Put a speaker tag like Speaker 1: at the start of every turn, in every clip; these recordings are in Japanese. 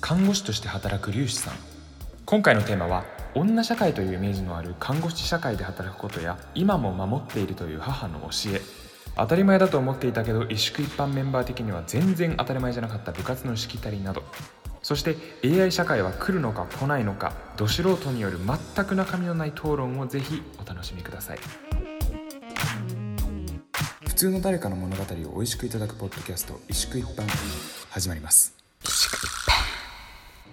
Speaker 1: 看護師として働く龍志さん今回のテーマは女社会というイメージのある看護師社会で働くことや今も守っているという母の教え当たり前だと思っていたけど萎縮一般メンバー的には全然当たり前じゃなかった部活のしきたりなどそして AI 社会は来るのか来ないのかど素人による全く中身のない討論をぜひお楽しみください普通の誰かの物語を美味しくいただくポッドキャスト「萎縮一般」始まります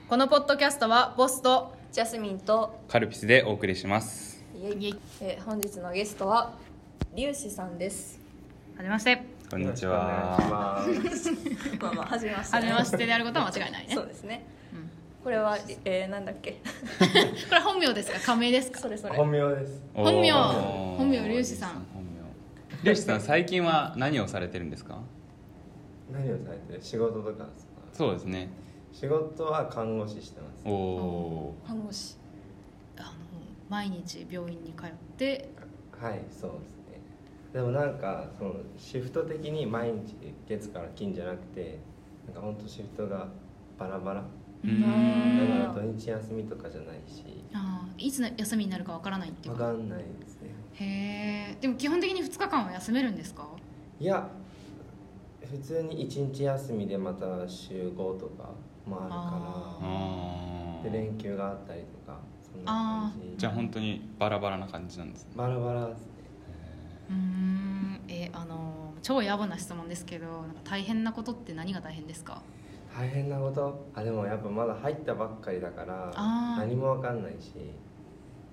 Speaker 2: このポッドキャストはボスと
Speaker 3: ジャスミンと
Speaker 4: カルピスでお送りします。
Speaker 3: イエイえー本日のゲストはリュウシさんです。
Speaker 2: はじめまして
Speaker 4: こんにちは。
Speaker 3: まあまあ初めまして、
Speaker 2: はじめましてであることは間違いないね
Speaker 3: そうですね。これはえー、なんだっけ？
Speaker 2: これ本名ですか仮名ですか
Speaker 3: それそれ。
Speaker 5: 本名です
Speaker 4: おー
Speaker 2: 本名本名龍志さん
Speaker 4: 本名龍志さん最近は何をされてるんですか。
Speaker 5: 何をされてる仕事とかですか
Speaker 4: そうですね。
Speaker 5: 仕事は看護師してます
Speaker 4: おお
Speaker 3: 看護師。
Speaker 2: あの毎日病院に通って
Speaker 5: はいそうですねでもなんかそのシフト的に毎日月から金じゃなくてなんかほんとシフトがバラバラだ
Speaker 4: ー。
Speaker 2: う
Speaker 4: う
Speaker 2: ー
Speaker 4: ん
Speaker 5: から土日休みとかじゃないし
Speaker 2: あーいつ休みになるかわからないっていう
Speaker 5: 分
Speaker 2: か
Speaker 5: かんないですね
Speaker 2: へえでも基本的に2日間は休めるんですか
Speaker 5: いや普通に一日休みでまた週5とかもあるか
Speaker 4: あ
Speaker 5: らで
Speaker 4: ー
Speaker 5: 連休があったりとかそんな感じ
Speaker 4: じゃあ本当にバラバラな感じなんですね。
Speaker 5: バラバラですね
Speaker 2: うーんえあの超野暮な質問ですけどなんか大変なことって何が大変ですか
Speaker 5: 大変なことあでもやっぱまだ入ったばっかりだから
Speaker 2: あー
Speaker 5: 何も分かんないし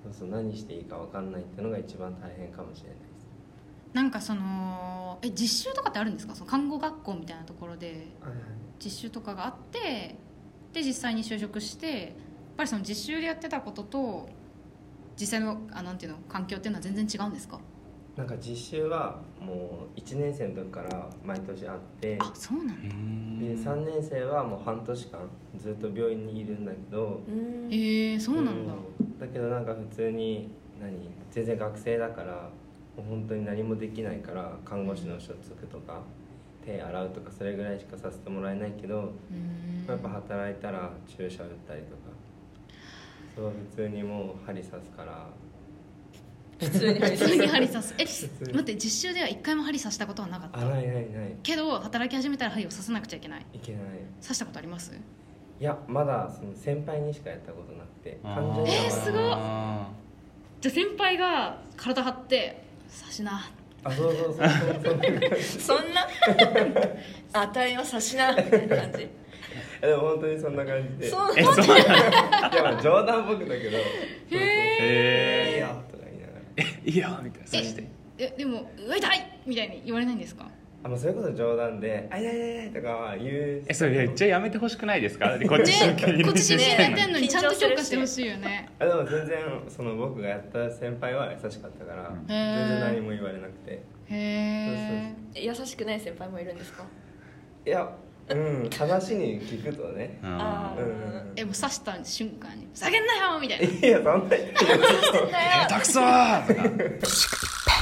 Speaker 5: そうそう何していいか分かんないっていうのが一番大変かもしれないです
Speaker 2: なんかそのえ実習とかってあるんですかその看護学校みたいなところで実習とかがあってで実際に就職してやっぱりその実習でやってたことと実際のあなんていうの環境っていうのは全然違うんですか
Speaker 5: なんか実習はもう1年生の時から毎年あって
Speaker 2: あそうなん
Speaker 4: う
Speaker 2: だ
Speaker 5: で
Speaker 4: ん
Speaker 5: 3年生はもう半年間ずっと病院にいるんだけど
Speaker 3: うーん。
Speaker 2: へえそうなんだ
Speaker 5: うんだけどなんか普通に何全然学生だからもう本当に何もできないから看護師の所属とか手洗うとかそれぐらいしかさせてもらえないけど
Speaker 2: うーん
Speaker 5: やっぱ働いたら注射打ったりとかそう普通にもう針刺すから
Speaker 3: 普通に
Speaker 2: 普通に針
Speaker 3: す。
Speaker 2: 刺すえ待って実習では一回も針刺したことはなかっ
Speaker 5: あな
Speaker 2: た
Speaker 5: いないない
Speaker 2: けど働き始めたら針を刺さなくちゃいけない
Speaker 5: いけない
Speaker 2: 刺したことあります
Speaker 5: いやまだその先輩にしかやったことなくて
Speaker 4: あー
Speaker 5: 患者に
Speaker 2: えーすごい
Speaker 4: あ
Speaker 2: じゃあ先輩が体張って刺しな
Speaker 5: あそうそうそう そうそう
Speaker 3: そんな あたいは差しなみたいな感じ。
Speaker 5: でも本当にそんな感じで
Speaker 3: そう
Speaker 4: ーえそうなんだ。
Speaker 5: いやまあ冗談僕だけど「
Speaker 2: へ
Speaker 5: いい
Speaker 4: え
Speaker 5: よ」とか言いながら
Speaker 4: ー。いいよみたいな。そして。
Speaker 2: えでも「うわ痛い!」みたいに言われないんですか
Speaker 5: あもうそれこそ冗談で「あいやいやいや」とかは言う
Speaker 4: えそれめっちゃやめてほしくないですか。こっち真剣
Speaker 2: ね
Speaker 4: に
Speaker 2: こっ
Speaker 4: 練
Speaker 2: ち
Speaker 4: 習
Speaker 2: 真
Speaker 4: し
Speaker 2: 剣
Speaker 4: て
Speaker 2: にやってんのにちゃんと評価してほしいよね
Speaker 5: あでも全然その僕がやった先輩は優しかったから全然何も言われなくて
Speaker 2: へえ
Speaker 3: 優しくない先輩もいるんですか？
Speaker 5: いやうん話に聞くとね
Speaker 4: うん
Speaker 3: あ
Speaker 5: うんう
Speaker 2: えもう刺した瞬間に「ふざけんなよ!」みたいなん
Speaker 5: いやそんな
Speaker 4: 下手くそーとか。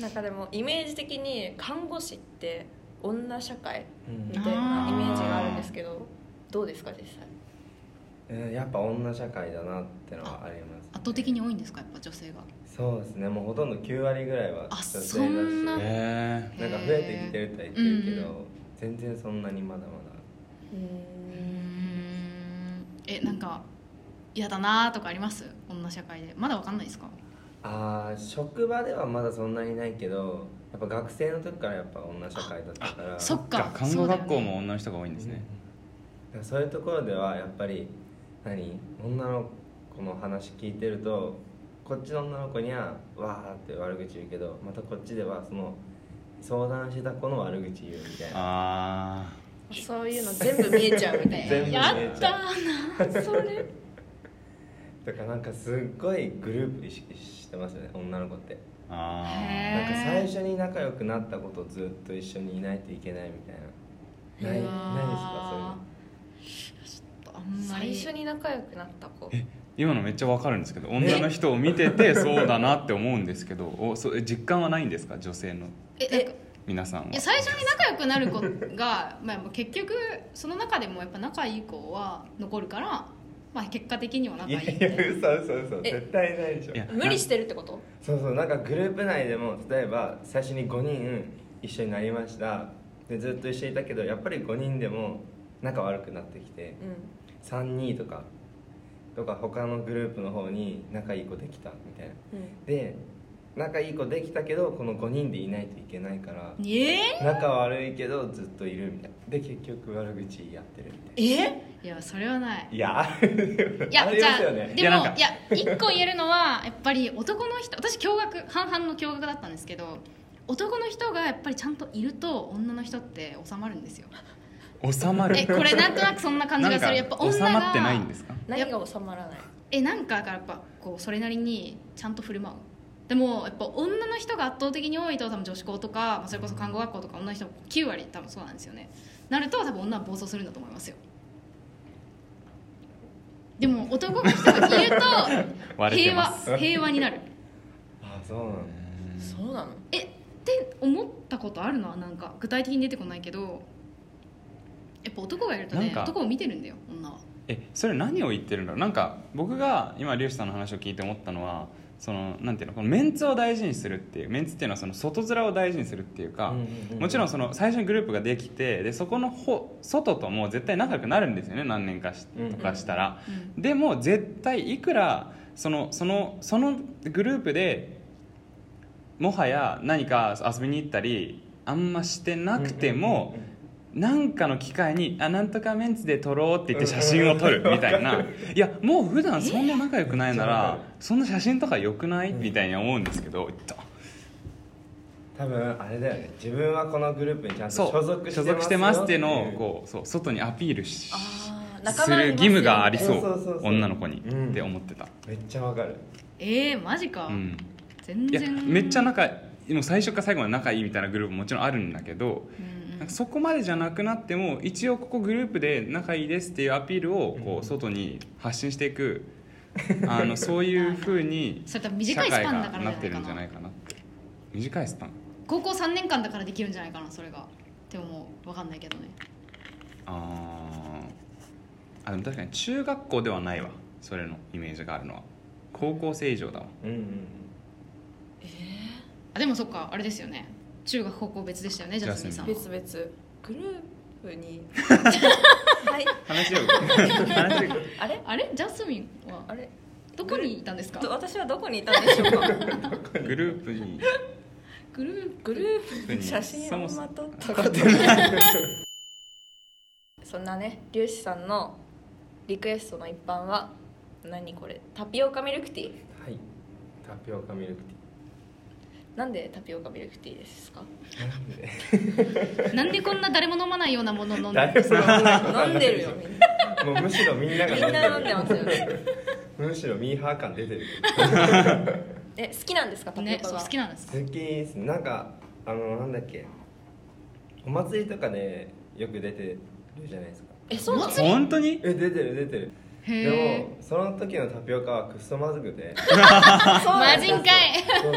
Speaker 3: なんかでもイメージ的に看護師って女社会
Speaker 5: うん
Speaker 3: みたいなイメージがあるんですけど、どうですか実際？
Speaker 5: うんやっぱ女社会だなってのはあります、ね、
Speaker 2: 圧倒的に多いんですかやっぱ女性が
Speaker 5: そうですねもうほとんど9割ぐらいは
Speaker 2: あ
Speaker 5: 女性だし
Speaker 2: そんな
Speaker 5: なんか
Speaker 4: え
Speaker 5: 増えてきてるとは言ってるけ
Speaker 2: へーうん
Speaker 5: ど全然そんなにまだまだ
Speaker 3: う
Speaker 2: うー
Speaker 3: ん。
Speaker 2: んえなんか嫌だなとかあります女社会でまだわかんないですか
Speaker 5: あー職場ではまだそんなにないけどやっぱ学生の時からやっぱ女社会だったから
Speaker 2: そっ
Speaker 4: ー。じゃ
Speaker 2: か
Speaker 4: あ看
Speaker 2: そ
Speaker 4: 護学校
Speaker 2: うだよね
Speaker 4: も女の人が多いんですね。
Speaker 5: うんそういうところではやっぱり何女の子の話聞いてるとこっちの女の子にはわーって悪口言うけどまたこっちではその相談してた子の悪口言うみたいな
Speaker 4: ああ。
Speaker 3: そういうの全部見えちゃうみたいな。
Speaker 5: 全部見えちゃう
Speaker 2: やったーなそれ
Speaker 5: だからなんかすっごいグループ意識してますよね女の子って
Speaker 4: あ
Speaker 2: へ
Speaker 5: なんか最
Speaker 2: え
Speaker 5: 初に仲良くなった子とずっと一緒にいないといけないみたいなないないですかそういうの
Speaker 2: あんま
Speaker 3: 最
Speaker 2: り
Speaker 3: 初に仲良くなった子
Speaker 4: 今のめっちゃわかるんですけど女の人を見ててそうだなって思うんですけどおそ実感はないんですか女性の
Speaker 2: えなんか
Speaker 4: 皆さんはい
Speaker 2: や最初に仲良くなる子が まあ結局その中でもやっぱ仲いい子は残るから、まあ、結果的には仲
Speaker 5: い
Speaker 2: い
Speaker 5: や
Speaker 2: い
Speaker 5: い
Speaker 2: み
Speaker 5: や
Speaker 2: たいな
Speaker 5: 嘘嘘嘘
Speaker 3: え
Speaker 5: 絶対ないでしょ
Speaker 4: いや
Speaker 3: 無理してるってこと
Speaker 5: そうそうなんかグループ内でも例えば最初に5人一緒になりましたでずっと一緒にいたけどやっぱり5人でも仲悪くなってきて
Speaker 3: う
Speaker 5: 32とかとか他のグループの方に仲いい子できたみたい
Speaker 3: う
Speaker 5: なん
Speaker 3: ん
Speaker 5: で仲いい子できたけどこの5人でいないといけないから
Speaker 2: え
Speaker 5: 仲悪いけどずっといるみたいなで結局悪口やってるみたい
Speaker 3: え
Speaker 2: ーいやそれはない
Speaker 5: ないやあ
Speaker 2: いや
Speaker 5: あり
Speaker 2: じ
Speaker 5: ま
Speaker 2: ゃあ
Speaker 5: すよね
Speaker 2: で
Speaker 4: いやなん
Speaker 2: も
Speaker 4: か
Speaker 2: いや一個言えるのはやっぱり男の人私驚愕半々の驚愕だったんですけど男の人がやっぱりちゃんといると女の人って収まるんです よ
Speaker 4: 収まる
Speaker 2: えこれなんとなくそんな感じ
Speaker 4: な
Speaker 2: が
Speaker 4: ん
Speaker 2: す
Speaker 4: か
Speaker 2: るやっぱ女が
Speaker 4: 収まってないんですか
Speaker 3: 何が収まらない
Speaker 2: えなんかやっぱこうそれなりにちゃんと振る舞うでもやっぱ女の人が圧倒的に多いと多分女子校とかまあそれこそ看護学校とか女の人9割多分そうなんですよねなると多分女は暴走するんだと思いますよでも男の人がいると
Speaker 4: 割れて
Speaker 2: 平
Speaker 4: ま
Speaker 2: 和
Speaker 4: す
Speaker 2: 平和になる
Speaker 5: あそうなんだ
Speaker 3: そうなの
Speaker 2: えって思ったことあるななんか具体的に出てこないけどやっぱ男がいると
Speaker 4: な
Speaker 2: ね
Speaker 4: んか
Speaker 2: 男を見てるんだよ女は
Speaker 4: えそれ何を言ってるんだろうなんか僕が今漁師さんの話を聞いて思ったのはそのなんていうのこのメンツを大事にするっていうメンツっていうのはその外面を大事にするっていうか、
Speaker 5: うんうんうん
Speaker 4: もちろんその最初にグループができてでそこのほ外ともう絶対仲良くなるんですよね何年かし
Speaker 5: うんうん
Speaker 4: とかしたら、
Speaker 2: うん
Speaker 4: でも絶対いくらそのそのそのグループでもはや何か遊びに行ったりあんましてなくても、
Speaker 5: うんうんうん
Speaker 4: なんかの機会に「あなんとかメンツで撮ろう」って言って写真を撮るみたいないやもう普段そんな仲良くないならそんな写真とか良くないみたいに思うんですけど
Speaker 5: 多分あれだよね自分はこのグループにちゃんと
Speaker 4: そう
Speaker 5: 所属してま
Speaker 4: してます
Speaker 5: すよ
Speaker 4: っていうのをこうそう外にアピールし
Speaker 3: あー
Speaker 4: す
Speaker 3: 仲間
Speaker 4: る
Speaker 3: いますよ
Speaker 4: 義務がありそ
Speaker 5: そうそうそう
Speaker 4: う
Speaker 5: そう
Speaker 4: 女の子に
Speaker 5: うん
Speaker 4: って思ってた、
Speaker 5: めっちゃわかる
Speaker 2: えー、マジか、
Speaker 4: うん、
Speaker 2: 全
Speaker 4: いや
Speaker 2: 然
Speaker 4: めっちゃ仲もう最初から最後まで仲いいみたいなグループももちろんあるんだけど
Speaker 2: うんうん
Speaker 4: なんかそこまでじゃなくなっても一応ここグループで仲いいですっていうアピールを
Speaker 5: う
Speaker 4: こ
Speaker 5: ん
Speaker 4: う外に発信していくあのそういうふうに
Speaker 2: それ多分
Speaker 4: 社
Speaker 2: 短いス
Speaker 4: 会
Speaker 2: パ
Speaker 4: が
Speaker 2: ンだから
Speaker 4: なってるん
Speaker 2: じ
Speaker 4: じ
Speaker 2: ゃ
Speaker 4: ゃ
Speaker 2: な
Speaker 4: ないい
Speaker 2: かな
Speaker 4: かなって短いスパン
Speaker 2: 高校3年間だからできるんじゃないかなそれがって思うわかんないけどね
Speaker 4: あーあでも確かに中学校ではないわそれのイメージがあるのは高校生以上だわ
Speaker 5: うんうん
Speaker 2: あでもそっかあれですよね中学高校別でしたよねジャスミンさんは
Speaker 3: 別々グループ にはい
Speaker 4: 話を話を
Speaker 3: あれ
Speaker 2: あれジャスミンは
Speaker 3: あれ
Speaker 2: どこにいたんですか
Speaker 3: ど私はどこにいたんでしょうか
Speaker 4: グループに
Speaker 2: グループ
Speaker 3: グループに写真
Speaker 4: そ
Speaker 3: を
Speaker 4: もそ
Speaker 3: ま
Speaker 4: も
Speaker 3: と ったことないそんなね漁師さんのリクエストの一般は何これタピオカミルクティー
Speaker 5: はいタピオカミルクテ
Speaker 3: なんでタピオカミルクティーですか
Speaker 5: ィーなんで
Speaker 2: なんでこんな誰も飲まないようなもの飲んで
Speaker 5: 誰も飲んだことない
Speaker 3: 飲んでるよみんな
Speaker 5: もうむしろみんなが
Speaker 3: みんな飲んでますよね
Speaker 5: むしろミーハー感出てる
Speaker 3: え好きなんですかタピオ
Speaker 2: ね
Speaker 3: カ
Speaker 2: そう
Speaker 3: が、
Speaker 2: 好きなんですか
Speaker 5: 好きですなんかあのなんだっけお祭りとかでよく出てるじゃないですか
Speaker 3: えそうなの
Speaker 4: 本当に
Speaker 5: え出てる出てるで
Speaker 2: へえ
Speaker 5: もその時のタピオカはくっそまずくて
Speaker 2: マジンかい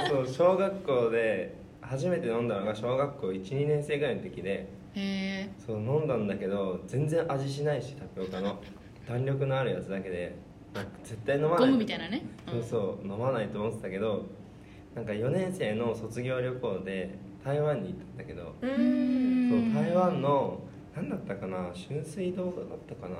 Speaker 5: そうそう小学校で初めて飲んだのが小学校12年生ぐらいの時で
Speaker 2: へえ
Speaker 5: そう飲んだんだけど全然味しないしタピオカの弾力のあるやつだけでなんか絶対飲まない
Speaker 2: ゴムみたいなね
Speaker 5: そうそう飲まないと思ってたけどなんか4年生の卒業旅行で台湾に行ったんだけど、
Speaker 2: う
Speaker 3: うーん
Speaker 5: そ
Speaker 2: ん
Speaker 5: う台湾の何だったかな春水堂だったかな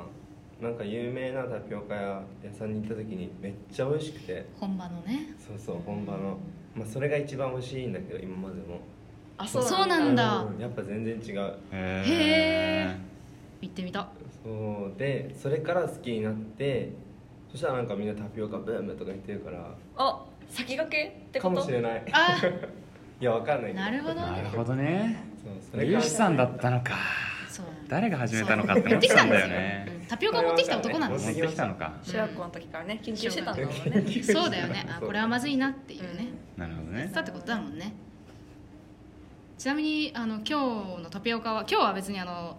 Speaker 5: なんか有名なタピオカ屋さんに行った時にめっちゃ美味しくて
Speaker 2: 本場のね
Speaker 5: そうそう本場の、まあ、それが一番美味しいんだけど今までも
Speaker 3: あそう
Speaker 2: そうな
Speaker 3: の
Speaker 2: んだ
Speaker 5: うやっぱ全然違う
Speaker 4: へー
Speaker 2: 行ってみた
Speaker 5: そうでそれから好きになってそしたらなんかみんなタピオカブームとか言ってるから
Speaker 3: あ先駆けって
Speaker 5: か
Speaker 3: こと
Speaker 5: もしれない
Speaker 2: あ
Speaker 5: いやわかん ないけど
Speaker 2: なるほど
Speaker 4: なるほどね
Speaker 5: そうそれ
Speaker 4: 漁
Speaker 5: が
Speaker 4: 師さんだったのか
Speaker 2: そう
Speaker 4: 誰が始めたのかって
Speaker 2: 持
Speaker 4: 思
Speaker 2: っ
Speaker 4: ってて
Speaker 2: きた
Speaker 4: た
Speaker 2: ん
Speaker 4: ん
Speaker 2: で
Speaker 4: だ
Speaker 2: す
Speaker 4: よ
Speaker 2: よ
Speaker 4: ね
Speaker 2: うんタピオカ持ってきた男なん
Speaker 5: う
Speaker 4: 持
Speaker 2: で
Speaker 5: ん
Speaker 4: っ
Speaker 2: す
Speaker 4: てきたのか
Speaker 3: 中学校の時からね研究してたんだもん
Speaker 2: しょうが
Speaker 3: ね
Speaker 2: ないそうだよねあこれはまずいなっていうね
Speaker 4: なるほど
Speaker 2: やっ
Speaker 4: ね
Speaker 2: てたってことだもんねちなみにあの今日のタピオカは今日は別にあの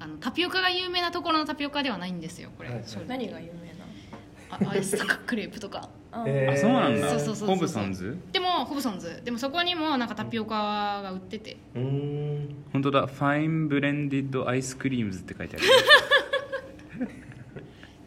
Speaker 2: あのタピオカが有名なところのタピオカではないんですよこれ、
Speaker 5: はいはい
Speaker 2: 正直
Speaker 3: 何が有名なの
Speaker 2: ああアイスとかクレープとか
Speaker 3: あ
Speaker 5: え
Speaker 4: あそうなんだ
Speaker 2: そうそうそうそう
Speaker 4: ホブソンズ
Speaker 2: でもホブソンズでもそこにもなんかタピオカが売ってて
Speaker 5: うーん
Speaker 4: 本当だファインブレンディッドアイスクリームズって書いてある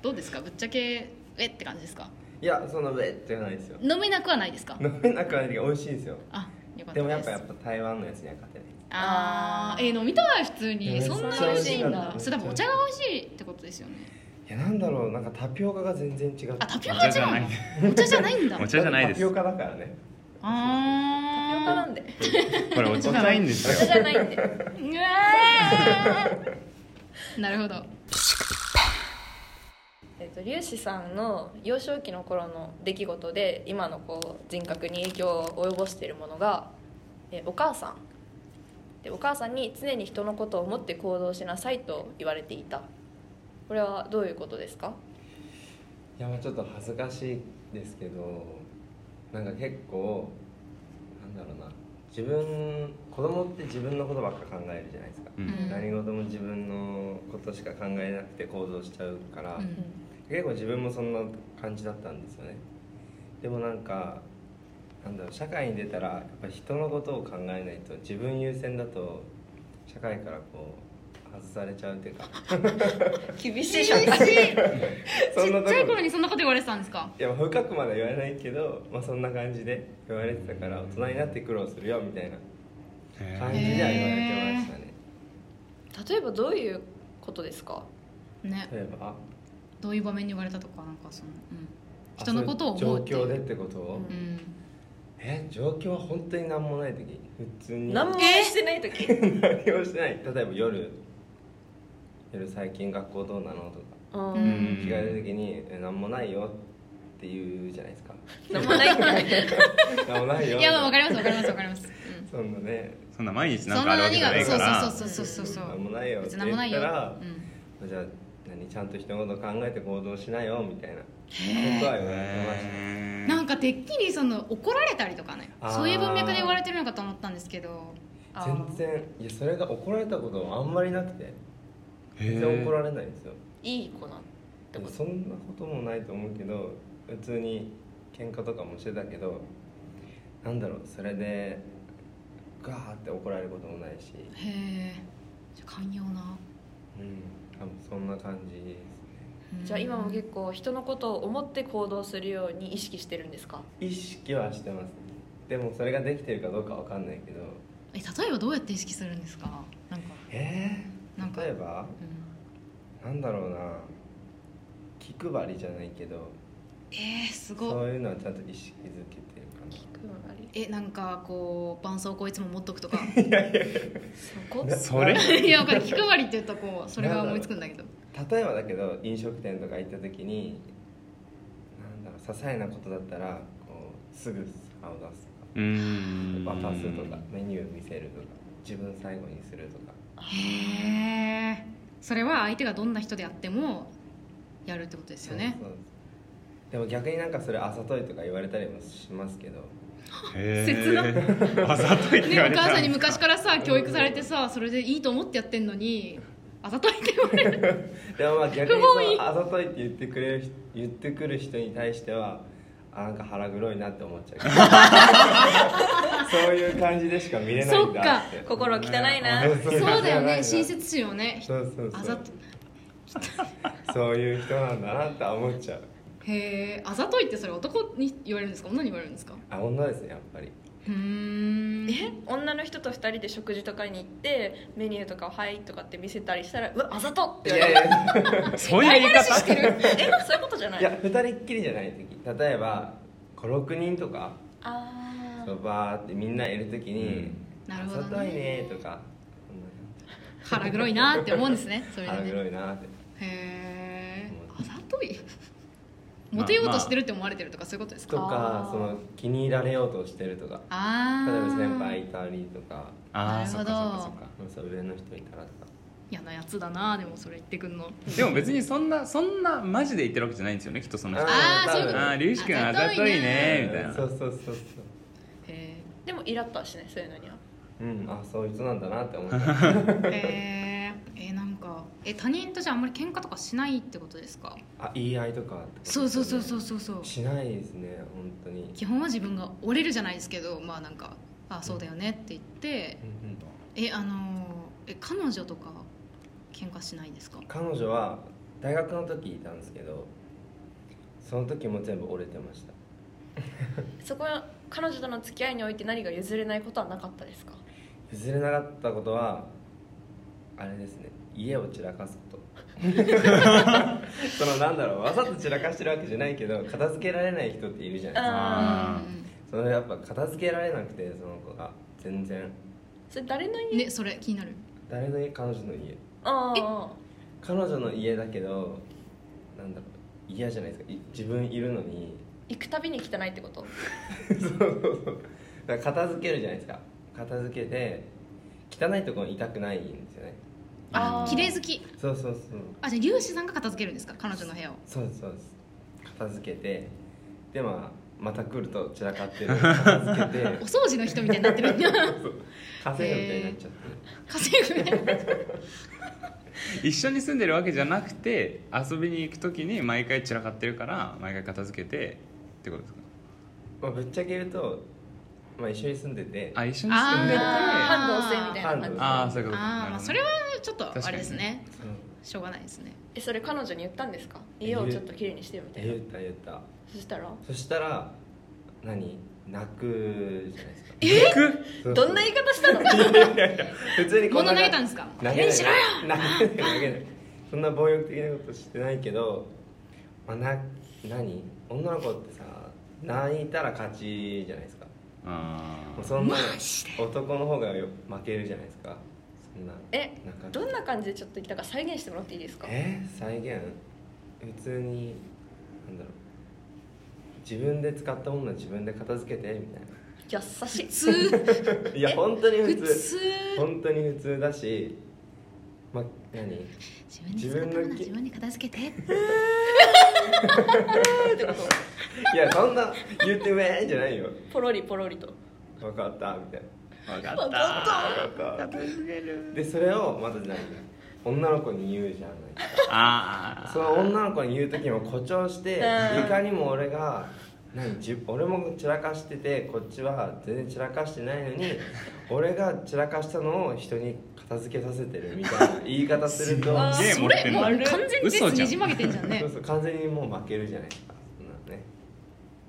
Speaker 2: どうですかぶっちゃけえって感じですか
Speaker 5: いやそんなウェって言わないですよ
Speaker 2: 飲めなくはないですか
Speaker 5: 飲めなくはないけど美味しいですよ
Speaker 2: あよかったです
Speaker 5: でもやっぱやっぱ台湾のやつには勝てない
Speaker 2: あーえー飲みたい普通に
Speaker 5: えー
Speaker 2: そんな美味しいん
Speaker 5: めっちゃ美味しかっ
Speaker 2: だ
Speaker 5: た
Speaker 2: それ多分お茶が美味しいってことですよね
Speaker 5: いやなんだろうなんかタピオカが全然違う
Speaker 2: あタピオ
Speaker 4: お
Speaker 2: カ
Speaker 4: 茶
Speaker 2: じ
Speaker 4: じ
Speaker 2: ゃ
Speaker 4: ゃ
Speaker 2: ん
Speaker 4: ない
Speaker 2: お茶じゃないんだ
Speaker 4: お茶じゃないで
Speaker 5: タ
Speaker 4: す
Speaker 5: ピオカだからね
Speaker 2: あ
Speaker 3: タピオカなんで
Speaker 4: これお茶じゃないんです
Speaker 3: お
Speaker 4: よ
Speaker 3: 茶じゃないんで
Speaker 2: ーうわーなるほど
Speaker 3: えっと粒子さんの幼少期の頃の出来事で今のこう人格に影響を及ぼしているものがえお母さんでお母さんに常に人のことを思って行動しなさいと言われていたこれはどういうことですか
Speaker 5: いやまあちょっと恥ずかしいですけどなんか結構なんだろうな自分子供って自分のことばっか考えるじゃないですか、
Speaker 4: うん
Speaker 5: 何事も自分のことしか考えなくて行動しちゃうから、
Speaker 2: うん
Speaker 5: 結構自分もそんな感じだったんですよねでもなんかなんだろう社会に出たらやっぱ人のことを考えないと自分優先だと社会からこう外されちゃうっていう か
Speaker 3: 厳し
Speaker 2: ち
Speaker 3: い
Speaker 2: っ
Speaker 3: 社会
Speaker 2: ち
Speaker 5: そんなとこ
Speaker 2: ゃい頃にそんなこと言われてたんですか
Speaker 5: いや深くまで言われないけど、まあ、そんな感じで言われてたから大人になって苦労するよみたいな
Speaker 4: へ
Speaker 5: 感
Speaker 4: ー
Speaker 5: じでは言われてましたね
Speaker 3: 例えばどういうことですか
Speaker 2: ね
Speaker 5: 例えば
Speaker 2: どういう場面に言われたとかなんかその、うん、
Speaker 5: あ
Speaker 2: 人のことを思うっていう
Speaker 5: そういう状況でってことを、
Speaker 3: うん
Speaker 2: うん
Speaker 5: え状況は本当に何もない時普通に
Speaker 3: 何もしてない時、
Speaker 5: 何もしてない例えば夜夜最近学校どうなのとか
Speaker 3: うん
Speaker 2: う
Speaker 4: うん
Speaker 5: 着替える時に「え何もないよ」って言うじゃない ですか
Speaker 3: 何もないんだ
Speaker 5: 何もないよ
Speaker 2: いやまあわかりますわかりますわかります、
Speaker 5: そんなね
Speaker 4: そんな毎日
Speaker 2: うん、
Speaker 4: な
Speaker 2: そ
Speaker 4: ん
Speaker 2: ん
Speaker 4: かあ
Speaker 2: な
Speaker 4: るわけ
Speaker 2: 何が
Speaker 4: じゃない
Speaker 2: そ
Speaker 4: か
Speaker 2: う
Speaker 4: ら
Speaker 2: そうそうそうそうそ
Speaker 5: 何
Speaker 2: う
Speaker 5: もないよって
Speaker 2: 別に
Speaker 5: 言
Speaker 2: 何もない
Speaker 5: った
Speaker 2: よ、
Speaker 5: ら
Speaker 2: うん
Speaker 5: じゃあ何ちゃんと人のこと考えて行動しなよみたいなことは言われてました
Speaker 4: へー
Speaker 2: なんかてっきりその怒られたりとかね
Speaker 5: あー
Speaker 2: そういう文脈で言われてるのかと思ったんですけど
Speaker 3: あー
Speaker 5: 全然いやそれが怒られたことあんまりなくて
Speaker 4: へ
Speaker 5: 全
Speaker 4: ー
Speaker 5: 然怒られないんですよ
Speaker 3: いい子なん
Speaker 5: でもそんなこともないと思うけど普通に喧嘩とかもしてたけどなんだろうそれでガーって怒られることもないし
Speaker 2: へえじゃあ寛容な、
Speaker 5: うん多分そんな感じですね
Speaker 2: うん
Speaker 3: じゃあ今も結構人のことを思って行動するように意識してるんですか
Speaker 5: 意識はしてますねでもそれができてるかどうかわかんないけど
Speaker 2: え例えばどうやって意識するんですかなんか
Speaker 5: え
Speaker 2: なんか
Speaker 5: ー、例えば
Speaker 2: うん
Speaker 5: なんだろうな気配りじゃないけど
Speaker 2: えー、すご
Speaker 5: そ
Speaker 2: いう
Speaker 5: いうのはちゃんと意識づけてるかな
Speaker 2: えなんかこう絆創 膏いつも持っとくとか
Speaker 3: そこ
Speaker 4: それ
Speaker 2: いやわかる気配りって言うとこうそれが思いつくんだけど
Speaker 5: 例えばだけど飲食店とか行った時になんだろう些細なことだったらこうすぐ顔出す
Speaker 4: うー
Speaker 5: と
Speaker 4: ん
Speaker 5: か渡すとかメニュー見せるとか自分最後にするとか
Speaker 2: へえそれは相手がどんな人であってもやるってことですよね
Speaker 5: そうそうでも逆になんかそれあざといとか言われたりもしますけど
Speaker 4: へ
Speaker 2: 切な
Speaker 4: ーあざといって言わ
Speaker 2: ね、お
Speaker 4: れた
Speaker 2: 母さんに昔から さ教育されてさそれでいいと思ってやってんのにあざといって言われる
Speaker 5: でもまあ逆に
Speaker 2: 不本
Speaker 5: そ
Speaker 2: 意
Speaker 5: うあざといって言ってくれる人言ってくる人に対してはあなんか腹黒いなって思っちゃ うそういう感じでしか見れないんだって
Speaker 3: 心汚いな
Speaker 2: そうだよ ね親
Speaker 5: 親切
Speaker 2: 切心をね
Speaker 5: そうそうそう
Speaker 2: あざと
Speaker 5: そういう人なんだなって思っちゃう
Speaker 2: へえあざといってそれ男に言われるんですか女に言われるんですか
Speaker 5: あ女ですねやっぱり
Speaker 2: うーん
Speaker 3: え女の人と二人で食事とかに行ってメニューとかを「はい」とかって見せたりしたら「うわあざと!」って言われる
Speaker 5: いや
Speaker 4: そういう言い方
Speaker 2: してる
Speaker 3: えそういうことじゃない
Speaker 5: いや2人っきりじゃない時例えば56人とか
Speaker 3: あー
Speaker 5: バーってみんないる時に
Speaker 4: うん
Speaker 5: 「
Speaker 2: なるほど
Speaker 5: あざとい
Speaker 2: ね
Speaker 5: ね」とか
Speaker 2: 腹黒いなって思うんですね そ
Speaker 5: 「
Speaker 2: れで
Speaker 5: 腹
Speaker 2: ね
Speaker 5: 黒いな」って
Speaker 2: へえあ
Speaker 5: 思
Speaker 2: ざといモテようとしてるって思われてるとかそういうことです
Speaker 5: と
Speaker 2: か
Speaker 5: か
Speaker 3: あー
Speaker 5: その気に入られようとしてるとか
Speaker 2: あ
Speaker 5: 例え
Speaker 2: あ
Speaker 5: ば先輩いたりとか
Speaker 4: あ
Speaker 2: な
Speaker 4: あ
Speaker 2: る
Speaker 4: そ
Speaker 2: ほ
Speaker 4: っかそっかそっ
Speaker 2: ど
Speaker 4: か
Speaker 5: そう上の人いたらとか
Speaker 2: 嫌なやつだなでもそれ言ってくんの
Speaker 4: でも別にそんなそんなマジで言ってるわけじゃないんですよねきっとその人
Speaker 5: あ
Speaker 2: ああ
Speaker 5: ー
Speaker 2: そういうこ
Speaker 5: 多
Speaker 2: と
Speaker 5: 分
Speaker 4: ああ龍くんあざといねみたいな
Speaker 5: そうそうそうそう
Speaker 2: へ
Speaker 3: でもイラッとはしないそういうのには
Speaker 5: うんあそういう人なんだなって思っ
Speaker 2: ーへーえーなんかええ他人とじゃああんまり喧嘩とかしないってことですか
Speaker 5: あ言い合いとかってことです
Speaker 2: そう
Speaker 5: よね
Speaker 2: そうそうそうそうそう
Speaker 5: しないですね本当に
Speaker 2: 基本は自分が折れるじゃないですけどまあなんか「あそうだよね」って言ってえあのーえ彼女とかは喧嘩しないですか
Speaker 5: 彼女は大学の時いたんですけどその時も全部折れてました
Speaker 3: そこは彼女との付き合いにおいて何か譲れないことはなかったですか
Speaker 5: 譲れなかったことはあれですね家を散らかすこと そのなんだろうわざと散らかしてるわけじゃないけど片付けられない人っているじゃないです
Speaker 4: あ
Speaker 5: かそれやっぱ片付けられなくてその子が全然
Speaker 3: それ誰の
Speaker 2: う
Speaker 3: 家
Speaker 2: んねそれ気になる
Speaker 5: 誰の家彼女の家
Speaker 3: あ
Speaker 2: え
Speaker 3: あ
Speaker 5: 彼女の家だけどなんだろう嫌じゃないですかい自分いるのに
Speaker 3: 行くたびに汚いってこと
Speaker 5: そうそうそうだから片付けるじゃないですか片付けて汚いところにいたくないんですよね
Speaker 3: あー
Speaker 2: 綺麗好き
Speaker 5: そうそうそう
Speaker 2: あじゃあ粒子さんが片付けるんですか彼女の部屋を
Speaker 5: そうですそうです片付けてでまあまた来ると散らか ってる片付けて
Speaker 2: お掃除の人みたいになってる
Speaker 5: 稼ぐみたいになっちゃって、
Speaker 2: 稼ぐみたいな
Speaker 4: 一緒に住んでるわけじゃなくて遊びに行く時に毎回散らかってるから毎回片付けてってことですか
Speaker 5: まあ、ぶっちゃけ言うと、まあ、一緒に住んでて
Speaker 4: あ一緒に住んで
Speaker 2: あ
Speaker 4: てあ
Speaker 3: 半同棲みたいな感じ
Speaker 4: あーそういうこと
Speaker 2: あーまあそれはちょっと
Speaker 4: 確か
Speaker 2: あ
Speaker 4: に
Speaker 2: れですね
Speaker 5: そう
Speaker 2: しょうがないですね
Speaker 3: えそれ彼女に言ったんですか家をちょっと綺麗にしてよみたいな
Speaker 5: 言った言った
Speaker 3: そしたら
Speaker 5: そしたら何泣くじゃないですか
Speaker 4: え
Speaker 5: そう
Speaker 3: どんな言い方したの
Speaker 5: 普通にこ
Speaker 2: 物
Speaker 5: んな
Speaker 2: 投げたんですか
Speaker 5: 投げない
Speaker 2: にしろよ
Speaker 5: 投げない投げないそんな暴力的なことしてないけど、まあ、な何女の子ってさ泣いたら勝ちじゃないですか
Speaker 4: あ
Speaker 5: もう
Speaker 4: ー
Speaker 5: そんなの
Speaker 2: マジで
Speaker 5: 男の方がよ負けるじゃないですかそんな
Speaker 3: え
Speaker 5: なんか
Speaker 3: どんな感じでちょっと言ったか再現してもらっていいですか
Speaker 5: え再現普通になんだろう自分で使ったものは自分で片付けてみたい
Speaker 3: 優しい
Speaker 2: 普通
Speaker 5: ないや本当に
Speaker 2: 普
Speaker 5: 普通
Speaker 2: 通
Speaker 5: 本当に普通だしま何
Speaker 2: 自
Speaker 5: 自
Speaker 2: 分
Speaker 5: 分
Speaker 2: で
Speaker 5: の
Speaker 2: 使ったものは自分で片付けて
Speaker 3: ってこと
Speaker 5: いやそんな言ってめえじゃないよ
Speaker 3: ポロリポロリと
Speaker 5: 分かったみたい
Speaker 4: 分か
Speaker 3: わ
Speaker 4: っ
Speaker 3: かった
Speaker 4: た
Speaker 5: な分かったでそれをまた何女の子に言うじゃない
Speaker 4: ああ
Speaker 5: その女の子に言う時も誇張して
Speaker 3: うん
Speaker 5: いかにも俺が何じゅ俺も散らかしててこっちは全然散らかしてな いのに俺が散らかしたのを人に片付けさせてるみたいな言い方す ると
Speaker 3: あ
Speaker 4: すげえ
Speaker 2: そ
Speaker 4: 持って
Speaker 2: れ
Speaker 4: ん
Speaker 2: もう
Speaker 4: な
Speaker 2: 完全に
Speaker 4: 嘘
Speaker 2: 説
Speaker 4: じゃ
Speaker 2: にじ曲げ
Speaker 4: ん
Speaker 2: てんじゃんね
Speaker 5: そうそう完全にもう負けるじゃないですかそんなのね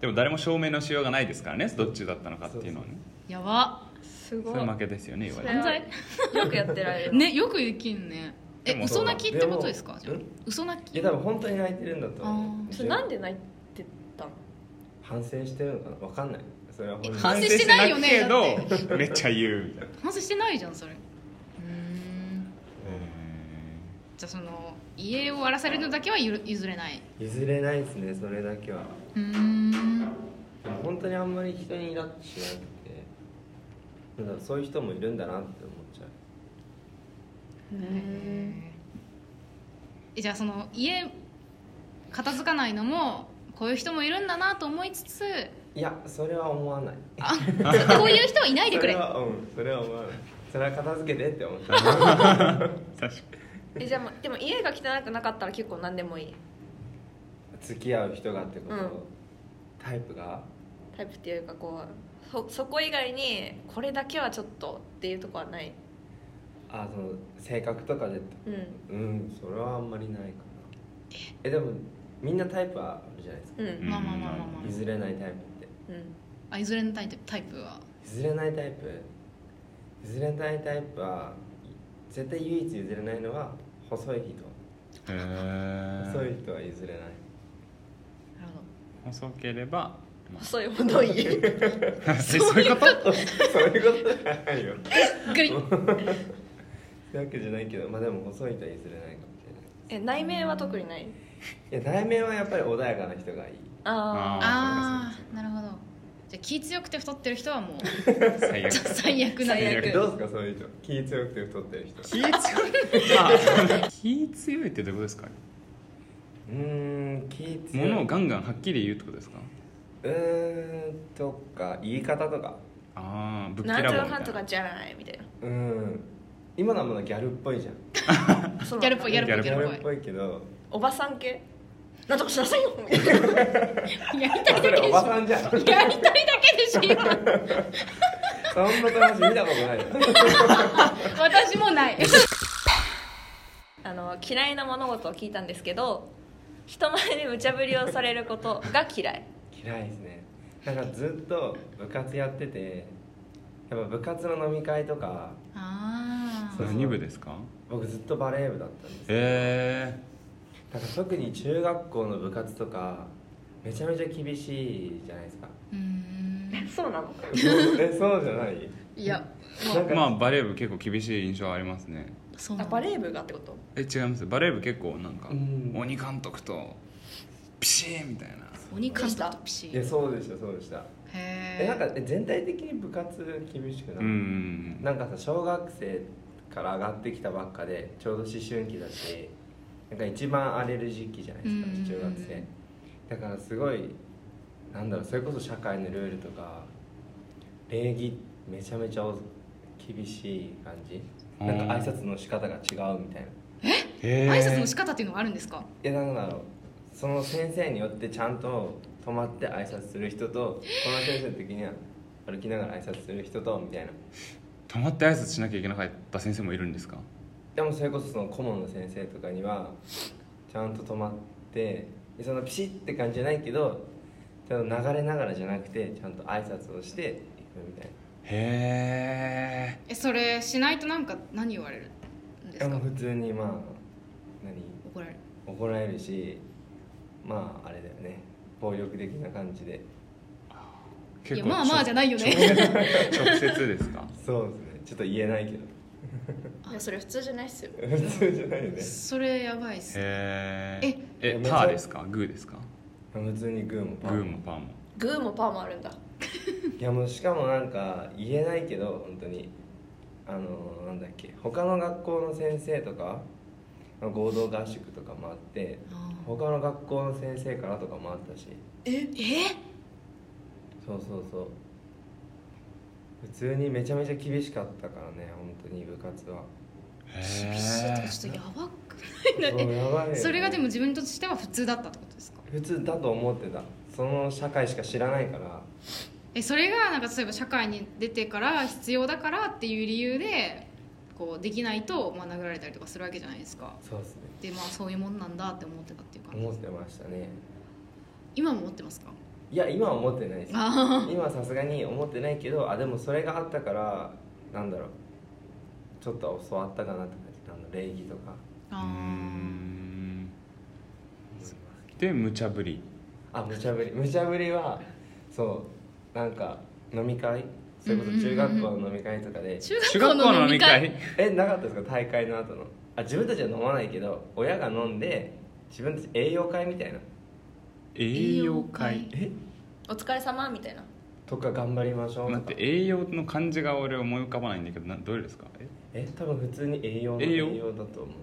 Speaker 4: でも誰も証明のしようがないですからねどっちだったのかっていうのはね
Speaker 2: やば
Speaker 3: す
Speaker 4: そ
Speaker 3: ご
Speaker 4: れ
Speaker 3: い
Speaker 4: 負けですよね言われ
Speaker 3: そ
Speaker 2: 犯
Speaker 4: て
Speaker 2: 罪
Speaker 3: よくやってられる
Speaker 2: ねよくできんねえ
Speaker 4: でも
Speaker 2: 嘘泣きってことですか
Speaker 5: で
Speaker 2: じゃ
Speaker 5: も
Speaker 2: あ嘘泣
Speaker 5: い
Speaker 2: き
Speaker 5: や多分本当に泣いてるんだと思
Speaker 2: あ
Speaker 5: う
Speaker 3: それなんで泣いてたの
Speaker 5: 反省してるのかなわかんないそれは本人
Speaker 2: 反省してないよね
Speaker 4: けど めっちゃ言うみたいな
Speaker 2: 反省してないじゃんそれうーんじゃあその家を荒らされるのだけはゆる譲れない
Speaker 5: 譲れないですねそれだけは
Speaker 2: うーん
Speaker 5: でも本当にあんまり人にイラッとしなくてなんだろうそういう人もいるんだなって思っちゃう
Speaker 2: えじゃあその家片付かないのもこういう人もいるんだなと思いつつ
Speaker 5: いやそれは思わない
Speaker 2: あこういう人はいないでくれ
Speaker 5: それはうんそれは思わないそれは片付けてって思った
Speaker 4: 確か
Speaker 3: えじゃあもうでも家が汚くなかったら結構何でもいい
Speaker 5: 付き合う人がってこと、
Speaker 3: うん
Speaker 5: タイプが
Speaker 3: タイプっていうかこうそそこ以外にこれだけはちょっとっていうとこはない
Speaker 5: あその性格とかで
Speaker 3: うん
Speaker 5: うんそれはあんまりないかなえでもみんなタイプはあるじゃないですか
Speaker 3: うん
Speaker 4: に
Speaker 2: まあまあまあまあまあ
Speaker 5: 譲れないタイプって
Speaker 3: うん
Speaker 2: あ譲れないタイプタイプは
Speaker 5: 譲れないタイプ譲れないタイプは絶対唯一譲れないのは細い人
Speaker 4: へー
Speaker 5: 細い人は譲れない
Speaker 2: なるほど
Speaker 4: 細ければま
Speaker 3: 細いほどいい
Speaker 4: あ そういうこと
Speaker 5: そういうことじゃないよ
Speaker 2: ぐり
Speaker 5: そういうわけじゃないけどまあでも細い人は譲れないかもしれ
Speaker 3: え内面は特にない
Speaker 5: ないいや内面はやっぱり穏やかな人がいい
Speaker 3: ああ
Speaker 2: ああなるほどじゃあ気強くて太ってる人はもう
Speaker 4: 最悪
Speaker 2: 最悪な
Speaker 3: 最
Speaker 5: え
Speaker 3: 悪
Speaker 5: どうですかそういう人気強くて太ってる 人
Speaker 4: 気強いまあ気強いってどういうことですか
Speaker 5: うーん気強い
Speaker 4: 物をガンガンはっきり言うってことですか
Speaker 5: うーんとか言い方とか
Speaker 4: ああぶっき
Speaker 3: なん
Speaker 4: ら
Speaker 3: と
Speaker 4: ぼう
Speaker 3: か
Speaker 4: み
Speaker 3: か
Speaker 4: た
Speaker 3: んと
Speaker 4: い
Speaker 3: か
Speaker 4: な
Speaker 3: じゃないみたいな
Speaker 5: うん今のはまだギャルっぽいじゃん
Speaker 3: その
Speaker 2: ギャルっぽいギャルっぽいギ
Speaker 4: ギャ
Speaker 2: ャ
Speaker 4: ル
Speaker 2: ルっ
Speaker 5: ギャルっ
Speaker 2: ぽい
Speaker 5: ぽいけど
Speaker 3: おばさん系なんとかしなさいよみたいな
Speaker 2: やりたい
Speaker 5: そ
Speaker 2: だけ
Speaker 5: れ
Speaker 2: でし
Speaker 5: お
Speaker 2: ょ
Speaker 5: ばさん じゃんそ
Speaker 2: や
Speaker 5: ん
Speaker 2: りたいだけでしょ今
Speaker 5: な友達見たことないよ
Speaker 2: 私もない
Speaker 3: あの嫌いな物事を聞いたんですけど人前で無茶ぶりをされることが嫌い
Speaker 5: 嫌いですねなんかずっと部活やっててやっぱ部活の飲み会とか
Speaker 2: あ
Speaker 5: そう
Speaker 4: 何部ですか
Speaker 5: 僕ずっとバレー部だったんですよ
Speaker 4: え
Speaker 5: なんか特に中学校の部活とかめちゃめちゃ厳しいじゃないですか
Speaker 2: ーうーん
Speaker 3: そうなのか
Speaker 5: えそうじゃない
Speaker 2: いや
Speaker 5: なん
Speaker 4: ー、
Speaker 5: か
Speaker 4: まあバレー部結構厳しい印象ありますね
Speaker 2: そう
Speaker 3: あ
Speaker 2: なんだ
Speaker 3: バレー部がってこと
Speaker 4: え違いますバレー部結構なんか
Speaker 5: うん
Speaker 4: 鬼監督とピシーみたいな
Speaker 2: 鬼監督とピシ
Speaker 5: いや
Speaker 2: ー
Speaker 5: そうでしたそうでした
Speaker 2: へ
Speaker 5: えなんか
Speaker 2: え
Speaker 5: え全体的に部活厳しく
Speaker 4: う
Speaker 5: ない、
Speaker 4: ん
Speaker 5: なんかさ小学生から上がってきたばっかでちょうど思春期だしなんか一番荒れる時期じゃないですか
Speaker 2: うん
Speaker 5: 中学生だからすごいなんだろうそれこそ社会のルールとか礼儀めちゃめちゃお厳しい感じなんか挨拶の仕方が違うみたいない
Speaker 4: え
Speaker 2: 挨拶の仕方っていうのがあるんですか
Speaker 5: やなんだろうその先生によってちゃんと止まって挨拶する人とこの先生の時には歩きながら挨拶する人とみたいな
Speaker 4: 止まって挨拶しなきゃいけなかった先生もいるんですか
Speaker 5: でもそれこそその顧問の先生とかにはちゃんと止まってそのピシッって感じじゃないけどちゃんと流れながらじゃなくてちゃんと挨拶をしていくみたい
Speaker 4: へえ
Speaker 2: えそれしないとなんか何言われるんです
Speaker 5: なで
Speaker 2: か
Speaker 5: も普通にまあ何
Speaker 2: 怒られる
Speaker 5: 怒られるしまああれだよね暴力的な感じで
Speaker 2: いやまあまあじゃないよね
Speaker 4: 直接で すか
Speaker 5: そうですねちょっと言えないけ ど
Speaker 3: いやそれ普通じゃないっすよ
Speaker 5: 普通じゃないよね
Speaker 2: それやばいっす
Speaker 4: へ
Speaker 2: え
Speaker 4: ええパーですかグーですか
Speaker 5: 普通にグー
Speaker 4: グ
Speaker 5: もパ
Speaker 4: ー
Speaker 5: ン
Speaker 4: もパーも
Speaker 3: グーもパーもあるんだ
Speaker 5: いやもうしかもなんか言えないけど本当にあのなんだっけ他の学校の先生とか合同合宿とかもあって
Speaker 2: あー
Speaker 5: 他の学校の先生からとかもあったし
Speaker 2: ええ
Speaker 5: そうそうそう普通にめちゃめちゃ厳しかったからね本当に部活は
Speaker 4: 厳
Speaker 2: 厳しいとかちょっとやばくないな
Speaker 5: そうやばいよね
Speaker 2: えそれがでも自分にとしては普通だったってことですか
Speaker 5: 普通だと思ってたその社会しか知らないから
Speaker 2: えそれがなんか例えば社会に出てから必要だからっていう理由でこうできないと、まあ、殴られたりとかするわけじゃないですか
Speaker 5: そうですね
Speaker 2: でまあそういうもんなんだって思ってたっていう感
Speaker 5: 思っ
Speaker 2: じ
Speaker 5: てましたね
Speaker 2: 今も思ってますか
Speaker 5: いや今は思ってないです
Speaker 2: あ
Speaker 5: 今はさすがに思ってないけどあでもそれがあったからなんだろうちょっと教わったかなって感じあの礼儀とか
Speaker 4: うー
Speaker 2: あ
Speaker 4: んで無茶ぶり
Speaker 5: あ無茶ぶり無茶ぶりはそうなんか飲み会それこそ中学校の飲み会とかで、
Speaker 2: 中学校の飲み会
Speaker 5: えなかったですか大会の後のあ自分たちは飲まないけど親が飲んで自分たち栄養会みたいな
Speaker 4: 栄養会
Speaker 5: え
Speaker 3: お疲れ様みたいな
Speaker 5: とか頑張りましょう
Speaker 4: 待
Speaker 5: と
Speaker 4: っ
Speaker 5: か
Speaker 4: て栄養の漢字が俺思い浮かばないんだけどなどれですかえ
Speaker 5: え多分普通に栄養の
Speaker 4: 栄養
Speaker 5: 栄養だと思う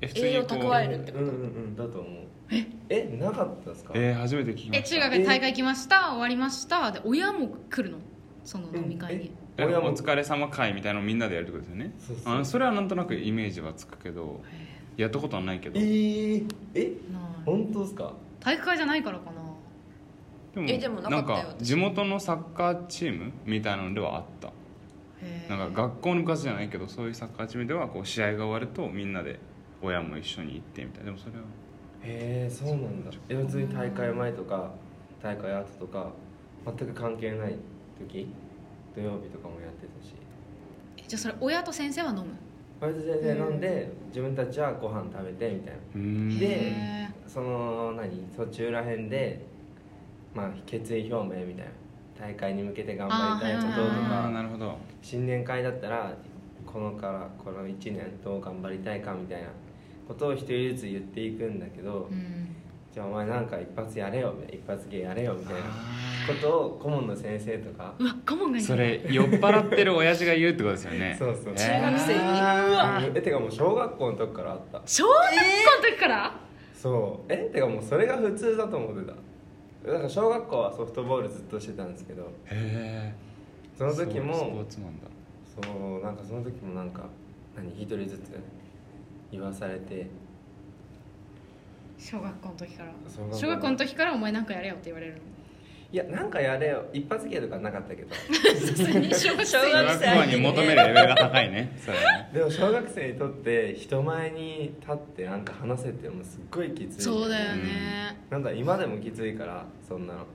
Speaker 4: え普通に
Speaker 3: 栄
Speaker 4: こう
Speaker 3: 養蓄えるってこと
Speaker 5: うんうんうんだと思うええなかったですか
Speaker 4: えー初めて聞きま
Speaker 2: え
Speaker 4: した
Speaker 2: 中学で大会来ました終わりましたで親も来るのその飲み会に、
Speaker 4: え
Speaker 5: 親も
Speaker 4: お疲れ様会みたいなのをみんなでやるってことですよね
Speaker 5: そうそう
Speaker 4: あのそれはなんとなくイメージはつくけど
Speaker 2: へ
Speaker 4: やったことはないけど
Speaker 5: え
Speaker 4: で
Speaker 5: ー、
Speaker 2: え
Speaker 5: え
Speaker 2: ない
Speaker 5: 本当ですか
Speaker 2: 体育会じゃないからかな
Speaker 4: も
Speaker 3: えでもなか
Speaker 4: な
Speaker 3: っ
Speaker 4: ん
Speaker 3: たよ
Speaker 4: か地元のサッカーチームみたいなのではあった
Speaker 2: へえ
Speaker 4: なんか学校の部活じゃないけどそういうサッカーチームではこう試合が終わるとみんなで親も一緒に行ってみたいなでもそれは
Speaker 5: へえそうなんだえ普通に大会前とか大会後とか全く関係ない時土曜日とかもやってたし
Speaker 2: えじゃあそれ親と先生は飲む
Speaker 5: バイト先生飲んで自分たちはご飯食べてみたいな
Speaker 4: うーん
Speaker 5: で
Speaker 2: へ
Speaker 5: その何途中らへんでまあ決意表明みたいな大会に向けて頑張りたいことと
Speaker 4: ああ
Speaker 5: か
Speaker 4: なるほど
Speaker 5: 新年会だったらこのからこの1年どう頑張りたいかみたいなことを一人ずつ言っていくんだけど、
Speaker 2: えうん
Speaker 5: じゃあお前なんか一発やれよみたいな一発芸やれよみたいなことを顧問の先生とか
Speaker 2: うわ顧問がいる
Speaker 4: それ酔っ払ってる親父が言うってことですよね
Speaker 5: そうそう
Speaker 4: えー
Speaker 3: 中学生に
Speaker 5: えてかもう小学校の時からあった
Speaker 2: 小学校の時から、
Speaker 5: そうえてかもうそれが普通だと思ってただから小学校はソフトボールずっとしてたんですけど
Speaker 4: へえ
Speaker 5: その時
Speaker 4: そうスポー
Speaker 5: も
Speaker 4: ツマンだ
Speaker 5: そうなんかその時もなんか何一人ずつ言わされて
Speaker 2: 小学校の時から
Speaker 5: 小学校
Speaker 2: 小学校の時からお前なんかやれよって言われるの
Speaker 5: いやなんかやれよ一発芸とかなかったけ ど
Speaker 2: さすがに小学生
Speaker 3: 小
Speaker 4: 小
Speaker 3: 学
Speaker 4: 学
Speaker 3: 生
Speaker 4: 校に求めるレベルが高いねそれはね
Speaker 5: でも小学生にとって人前に立ってなんか話せってのもすっごいきつい
Speaker 2: そうだよね、
Speaker 5: なんだ今でもきついからそんなの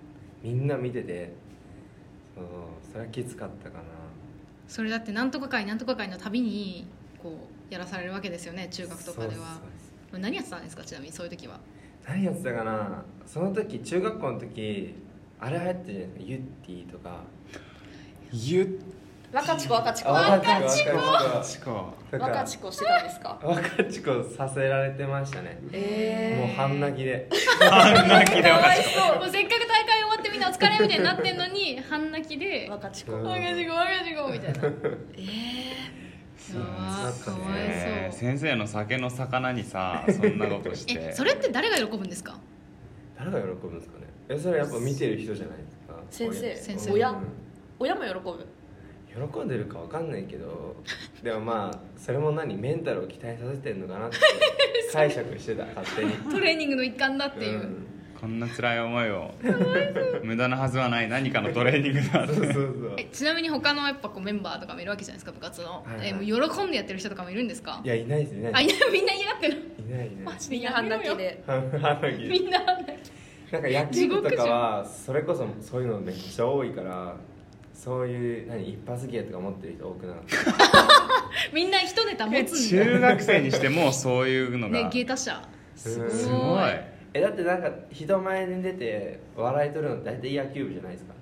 Speaker 5: みんな見ててそうそれはきつかったかな
Speaker 2: それだってなんとか会なんとか会のたびにこうやらされるわけですよね中学とかで
Speaker 5: そう
Speaker 2: は
Speaker 5: そうそう
Speaker 2: 何やってたんですかちなみにそういう時は
Speaker 5: 何やってたかなその時中学校の時あれ流行ってるじゃないですかユッティとか
Speaker 4: ゆっ
Speaker 3: 若ちこ若ちこ
Speaker 5: 若ちこ
Speaker 4: ちこ
Speaker 5: だか
Speaker 3: 若
Speaker 5: ら
Speaker 3: ちこしてたんですか
Speaker 5: 若ちこさせられてましたね
Speaker 3: え
Speaker 5: もう半泣きで
Speaker 3: きかわいそ
Speaker 2: もうせっかく大会終わってみんなお疲れみたいになってんのに半泣きで
Speaker 3: 若ちこ
Speaker 2: 「わがしごわがしご」みたいなええ
Speaker 5: なんです
Speaker 2: か
Speaker 5: ね
Speaker 2: わい
Speaker 4: えー
Speaker 2: そう
Speaker 4: 先生の酒の魚にさそんなことして
Speaker 2: えそれって誰が喜ぶんですか
Speaker 5: 誰が喜ぶんですかねえそれやっぱ見てる人じゃないですか
Speaker 3: 先生
Speaker 5: 親
Speaker 2: 先生
Speaker 3: 親
Speaker 5: うん
Speaker 3: 親も喜ぶ
Speaker 5: 喜んでるかわかんないけど でもまあそれも何メンタルを期待させてんの かなって解釈してた勝手に
Speaker 2: トレーニングの一環だっていう、
Speaker 5: ん
Speaker 4: こんな辛い思いを無駄なはずはない何かのトレーニングだ
Speaker 5: そうそうそう
Speaker 2: えちなみに他のやっぱこうメンバーとかもいるわけじゃないですか部活の、
Speaker 5: はいはい
Speaker 2: えもう喜んでやってる人とかもいるんですか
Speaker 5: いやいないですいな
Speaker 2: あ
Speaker 5: い
Speaker 2: い
Speaker 5: で
Speaker 2: やみんな嫌ってる
Speaker 5: すいないいない
Speaker 2: マジで
Speaker 3: みんな半泣き
Speaker 2: やめろよ
Speaker 3: で
Speaker 5: 半泣き
Speaker 2: みんな半泣き
Speaker 5: なんか野球部とかはそれこそそういうのめっちゃ多いからそういう何一発芸とか持ってる人多くなかった
Speaker 2: みんな一ネタ持
Speaker 4: え
Speaker 2: つんだ
Speaker 4: 中学生にしてもうそういうの
Speaker 2: ね
Speaker 4: が
Speaker 2: 芸達者すごい
Speaker 4: すごい
Speaker 5: えだってなんか人前に出て笑い取るの大体野球部じゃないですか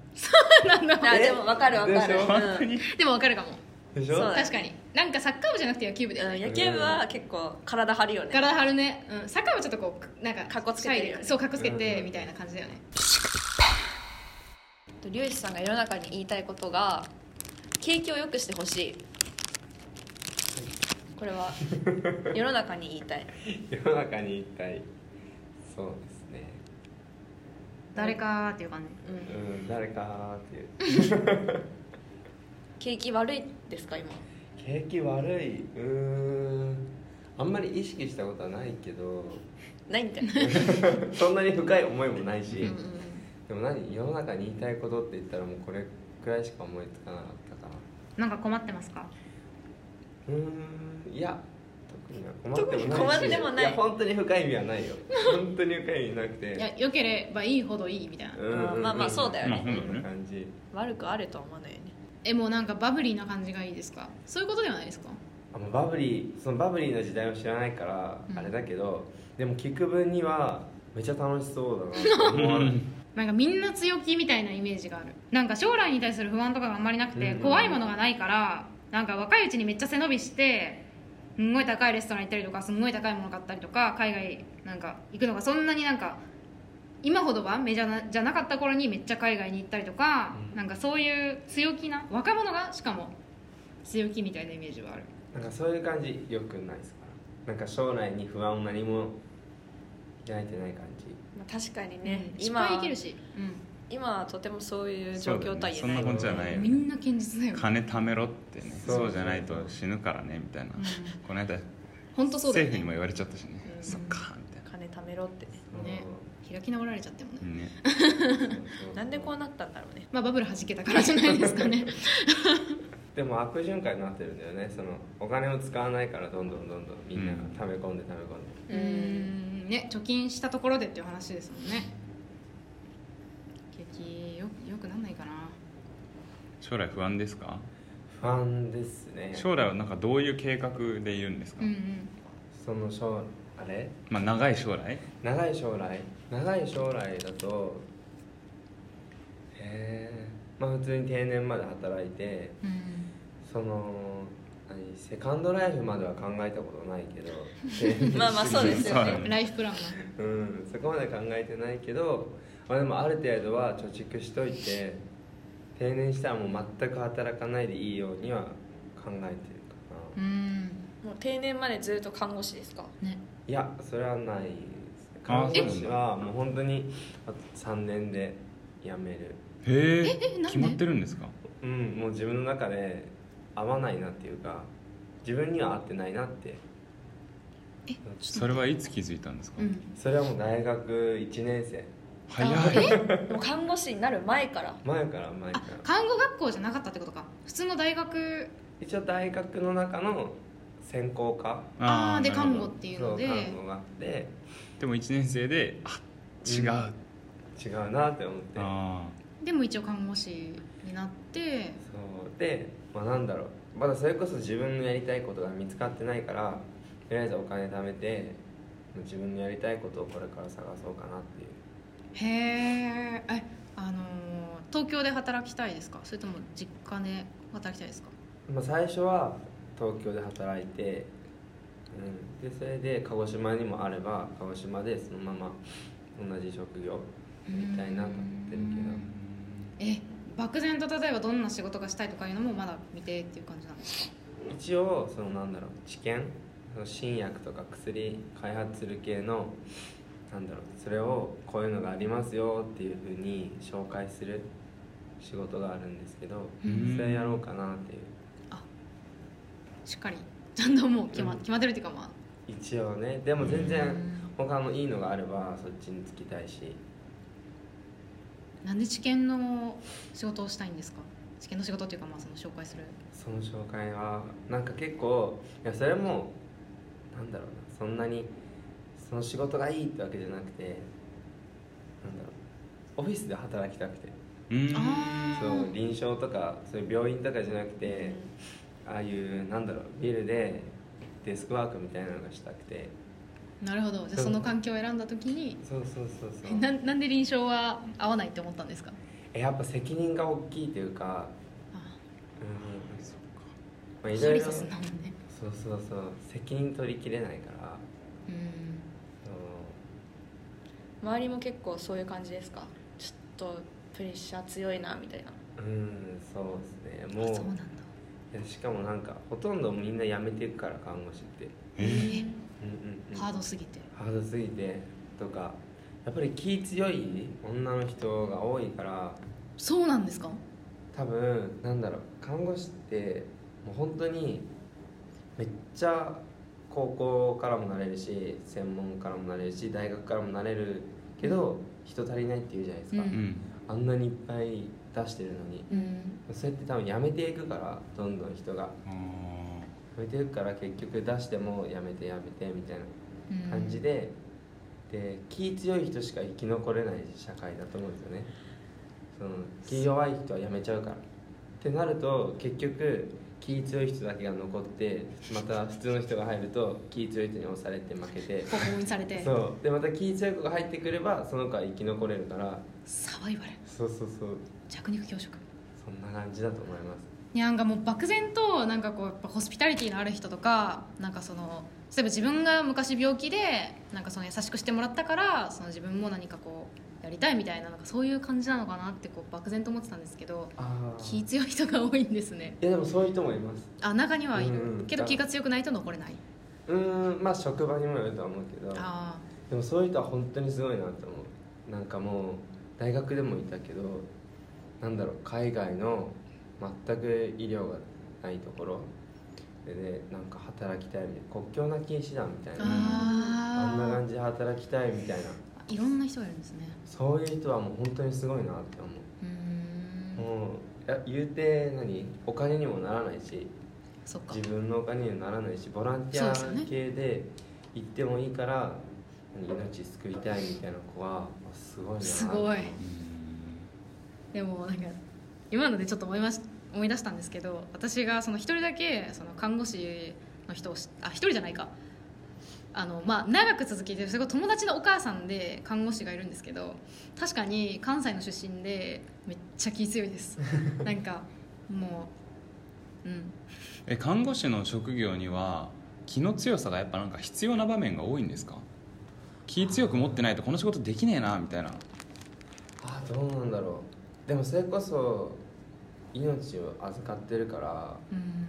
Speaker 3: あでも分かる分かる
Speaker 5: でしょ
Speaker 3: うん
Speaker 4: 本当に
Speaker 2: でもわかるかも
Speaker 5: でしょ
Speaker 3: そうだよ
Speaker 2: 確かになんかサッカー部じゃなくて野球部だよね、
Speaker 3: うん野球部は結構体張るよね
Speaker 2: 体張るね、うん、サッカーはちょっとこうなんか
Speaker 3: かっこつけてる
Speaker 2: シャイ
Speaker 3: よね
Speaker 2: でそうかっこつけ
Speaker 5: うんうん
Speaker 2: て
Speaker 5: うん
Speaker 2: みたいな感じだよね、
Speaker 3: リュウジさんが世の中に言いたいことが景気を良くしてほしいこれは世の中に言いたい
Speaker 5: 世の中に一体そうですね
Speaker 2: 誰かーっていう感
Speaker 3: う
Speaker 5: うんん誰かーっていう
Speaker 3: 景気悪いですか今
Speaker 5: 景気悪いうーんあんまり意識したことはないけど
Speaker 3: ないみたいな
Speaker 5: そんなに深い思いもないし、
Speaker 2: じ、うん
Speaker 5: でも何世の中に言いたいことって言ったらもうこれくらいしか思いつかなかったか
Speaker 2: な
Speaker 5: な
Speaker 2: んか困ってますか
Speaker 5: うーんいや特には困ってもないし
Speaker 3: 特に困ってもない
Speaker 5: や本当に深い意味はないよ本当に深い意味なくて
Speaker 2: いや良ければいいほどいいみたいな、
Speaker 5: うんうんうん
Speaker 3: まあまあそうだよね
Speaker 5: そんな感じ
Speaker 3: 悪くあるとは思わないよね
Speaker 2: えもうなんかバブリーな感じがいいですかそういうことではないですか
Speaker 5: あのバブリーそのバブリーな時代を知らないから
Speaker 2: うん
Speaker 5: あれだけど、でも聞く分にはめちゃ楽しそうだなって思わない
Speaker 2: なんかみんな強気みたいなイメージがあるなんか将来に対する不安とかがあんまりなくて、
Speaker 5: うん
Speaker 2: 怖いものがないからなんか若いうちにめっちゃ背伸びしてすんごい高いレストラン行ったりとかすんごい高いもの買ったりとか海外なんか行くのがそんなになんか今ほどはメジャーなじゃなかった頃にめっちゃ海外に行ったりとか、
Speaker 5: うん
Speaker 2: なんかそういう強気な若者がしかも強気みたいなイメージはある
Speaker 5: なんかそういう感じよくないですからなんか将来に不安を何も抱いてない感じ
Speaker 3: まあ確かにね、
Speaker 2: うん失
Speaker 3: 今
Speaker 2: 敗生きるし、
Speaker 3: 今はとてもそういう状
Speaker 4: そうだ
Speaker 3: 況
Speaker 4: よね
Speaker 3: とは言
Speaker 4: そ
Speaker 3: え
Speaker 4: ん
Speaker 3: な
Speaker 4: ないこじゃな
Speaker 2: う
Speaker 4: い
Speaker 2: ん
Speaker 4: よ
Speaker 2: みんな堅実だよ、
Speaker 4: 金貯めろってね
Speaker 5: そう
Speaker 4: そうじゃないと死ぬからねみたいな
Speaker 2: うん
Speaker 4: この間
Speaker 2: 本当そうだよ
Speaker 4: 政府に
Speaker 2: ね
Speaker 4: も言われちゃったしね
Speaker 3: うん
Speaker 4: そっかみたい
Speaker 3: 金貯めろってね
Speaker 2: ね開き直られちゃってもね、
Speaker 4: なね
Speaker 5: うん
Speaker 3: なんでこうなったんだろうね
Speaker 2: まあバブル弾けたからじゃないですか ね
Speaker 5: でも悪循環になってるんだよねそのお金を使わないからどんどんどんどんみんなが
Speaker 4: うん
Speaker 5: 溜め込んで溜め込んで、
Speaker 2: うーんね貯金したところでっていう話ですもんね景気よよくなんないかな
Speaker 4: 将来不安ですか
Speaker 5: 不安ですね
Speaker 4: 将来はなんかどういう計画でいるんですか
Speaker 2: うんうん
Speaker 5: その将あれ
Speaker 4: まあ長い将来
Speaker 5: 長い将来長い将来だとえー、まあ普通に定年まで働いて
Speaker 2: うん
Speaker 5: その何セカンドライフまでは考えたことないけど定 年
Speaker 3: まあまあそうですよ
Speaker 4: そうだ
Speaker 3: ね
Speaker 4: ね
Speaker 2: ライフプランが
Speaker 5: うん、そこまで考えてないけど、まあ、でもある程度は貯蓄しといて定年したらもう全く働かないでいいようには考えてるかな、
Speaker 2: うん
Speaker 3: もう定年までずっと看護師ですか
Speaker 2: ね
Speaker 5: いやそれはないですね
Speaker 4: あ
Speaker 5: 看護師はもう本当にあと3年で辞める
Speaker 2: え
Speaker 4: へ
Speaker 2: えなん
Speaker 4: え
Speaker 2: で
Speaker 4: 決まってるんですか
Speaker 5: うんもう自分の中で合わないなっていうか自分には合ってないなって
Speaker 4: それはいつ気づいたんですか、
Speaker 2: うん
Speaker 5: それはもう大学1年生
Speaker 4: 早
Speaker 2: あ
Speaker 4: い
Speaker 3: もう看護師になる前から
Speaker 5: 前から前か
Speaker 2: あ
Speaker 5: ら
Speaker 2: 看護学校じゃなかったってことか普通の大学
Speaker 5: 一応大学の中の専攻科
Speaker 2: あーで
Speaker 4: なるほど
Speaker 2: 看護っていう
Speaker 5: そ
Speaker 2: の
Speaker 5: う
Speaker 2: で
Speaker 5: 看護があって
Speaker 4: でも1年生であ違う、
Speaker 5: うん違うなって思って
Speaker 4: あ
Speaker 2: でも一応看護師になって
Speaker 5: そうでまあなんだろうまだそれこそ自分のやりたいことが見つかってないからとりあえずお金貯めて自分のやりたいことをこれから探そうかなっていう
Speaker 2: へーえあのー東京で働きたいですかそれとも実家で働きたいですか
Speaker 5: まあ、最初は東京で働いて、うん、でそれで鹿児島にもあれば鹿児島でそのまま同じ職業やりたいなと思ってるけど
Speaker 2: うんえ漠然と例えばどんな仕事がしたいとかいうのもまだ未定っていう感じなんですか
Speaker 5: 一応そのなんだろう治験その新薬とか薬開発する系のなんだろうそれをこういうのがありますよっていうふうに紹介する仕事があるんですけど
Speaker 4: うん
Speaker 5: それやろうかなっていう
Speaker 2: しっかりちゃんともう決ま,、決まってるっていうかまあ
Speaker 5: 一応ねでも全然
Speaker 2: うん
Speaker 5: 他のいいのがあればそっちに就きたいし
Speaker 2: なんで治験の仕事をしたいんですか治験の仕事っていうかまあその紹介する
Speaker 5: その紹介はなんか結構いやそれもなんだろうなそんなにその仕事がいいってわけじゃなくてなんだろうオフィスで働きたくて
Speaker 4: ーうん
Speaker 2: あ
Speaker 5: そう
Speaker 2: ー
Speaker 5: 臨床とかそういう病院とかじゃなくてああいうなんだろうビルでデスクワークみたいなのがしたくて
Speaker 2: なるほどじゃあその環境を選んだ時に
Speaker 5: そうそうそうそ
Speaker 2: え
Speaker 5: う
Speaker 2: ななんで臨床は合わないって思ったんですか
Speaker 5: えやっぱ責任が大きいというか、
Speaker 2: ああ
Speaker 5: うん
Speaker 4: そっか
Speaker 5: まあ、いろ
Speaker 2: 処
Speaker 5: い
Speaker 2: 理
Speaker 5: ろ
Speaker 2: さす
Speaker 5: そ
Speaker 2: ん
Speaker 5: う
Speaker 2: だもんね
Speaker 5: そうそう責任取りきれないから
Speaker 2: うん
Speaker 5: そう
Speaker 3: 周りも結構そういう感じですかちょっとプレッシャー強いなみたいな
Speaker 5: うんそうですねもう
Speaker 2: そうなんだ
Speaker 5: いやしかもなんかほとんどみんな辞めていくから看護師って、
Speaker 2: え
Speaker 4: え
Speaker 5: うんうんうん、
Speaker 2: ハードすぎて
Speaker 5: ハードすぎてとかやっぱり気強い女の人が多いから
Speaker 2: そうなんですか
Speaker 5: 多分なんだろう看護師ってもう本当にめっちゃ高校からもなれるし専門からもなれるし大学からもなれるけど人足りないって言うじゃないですか、
Speaker 2: うん
Speaker 4: うん
Speaker 5: あんなにいっぱい出してるのに
Speaker 2: うん
Speaker 5: そうやって多分辞めていくからどんどん人が
Speaker 4: あー
Speaker 5: 置いてるから結局出してもやめてやめてみたい
Speaker 2: うん
Speaker 5: な感じで、で気強い人しか生き残れない社会だと思うんですよねその気弱い人はやめちゃうからってなると結局気強い人だけが残ってまた普通の人が入ると気強い人に押されて負けて
Speaker 2: こう封印されて
Speaker 5: そうでまた気強い子が入ってくればその子は生き残れるから
Speaker 2: サバイバル
Speaker 5: そうそうそう
Speaker 2: 弱肉強食
Speaker 5: そんな感じだと思います
Speaker 2: いやなんかもう漠然となんかこうやっぱホスピタリティのある人とかなんかその例えば自分が昔病気でなんかその優しくしてもらったからその自分も何かこうやりたいみたいななんかそういう感じなのかなってこう漠然と思ってたんですけど
Speaker 5: ああ
Speaker 2: 気強い人が多いんですね
Speaker 5: いやでもそういう人もいます
Speaker 2: あ中にはいる、
Speaker 5: うんうん
Speaker 2: けど気が強くないと残れないう
Speaker 5: ーんまあ職場にもよるとは思うけど
Speaker 2: あ
Speaker 5: でもそういう人は本当にすごいなと思うなんかもう大学でもいたけどなんだろう海外の全く医療がないところでねなんか働きたいみたいな国境なき医師団みたい
Speaker 2: ー
Speaker 5: なあんな
Speaker 2: あ
Speaker 5: 感じで働きたいみたいな
Speaker 2: ーいろんな人がいるんですね
Speaker 5: そういう人はもう本当にすごいなって
Speaker 2: うー
Speaker 5: 思うんもういや言うて何お金にもならないし
Speaker 2: そっか
Speaker 5: 自分のお金にはならないしボランティ
Speaker 2: そうですよね
Speaker 5: ア系で行ってもいいから、命救いたいみたいな子はすごいな
Speaker 2: すごい
Speaker 4: うん
Speaker 2: でもなんか今のでちょっと思いまし思い出したんですけど私がその一人だけその看護師の人をしあ一人じゃないかあの、まあ、長く続けてるすごい友達のお母さんで看護師がいるんですけど確かに関西の出身でめっちゃ気強いです なんかもううん
Speaker 4: え看護師の職業には気の強さがやっぱなんか必要な場面が多いんですか気強く持ってないとこの仕事できねえなみたいな
Speaker 5: あどうなんだろうでもそれこそ命を預かってるから
Speaker 2: うん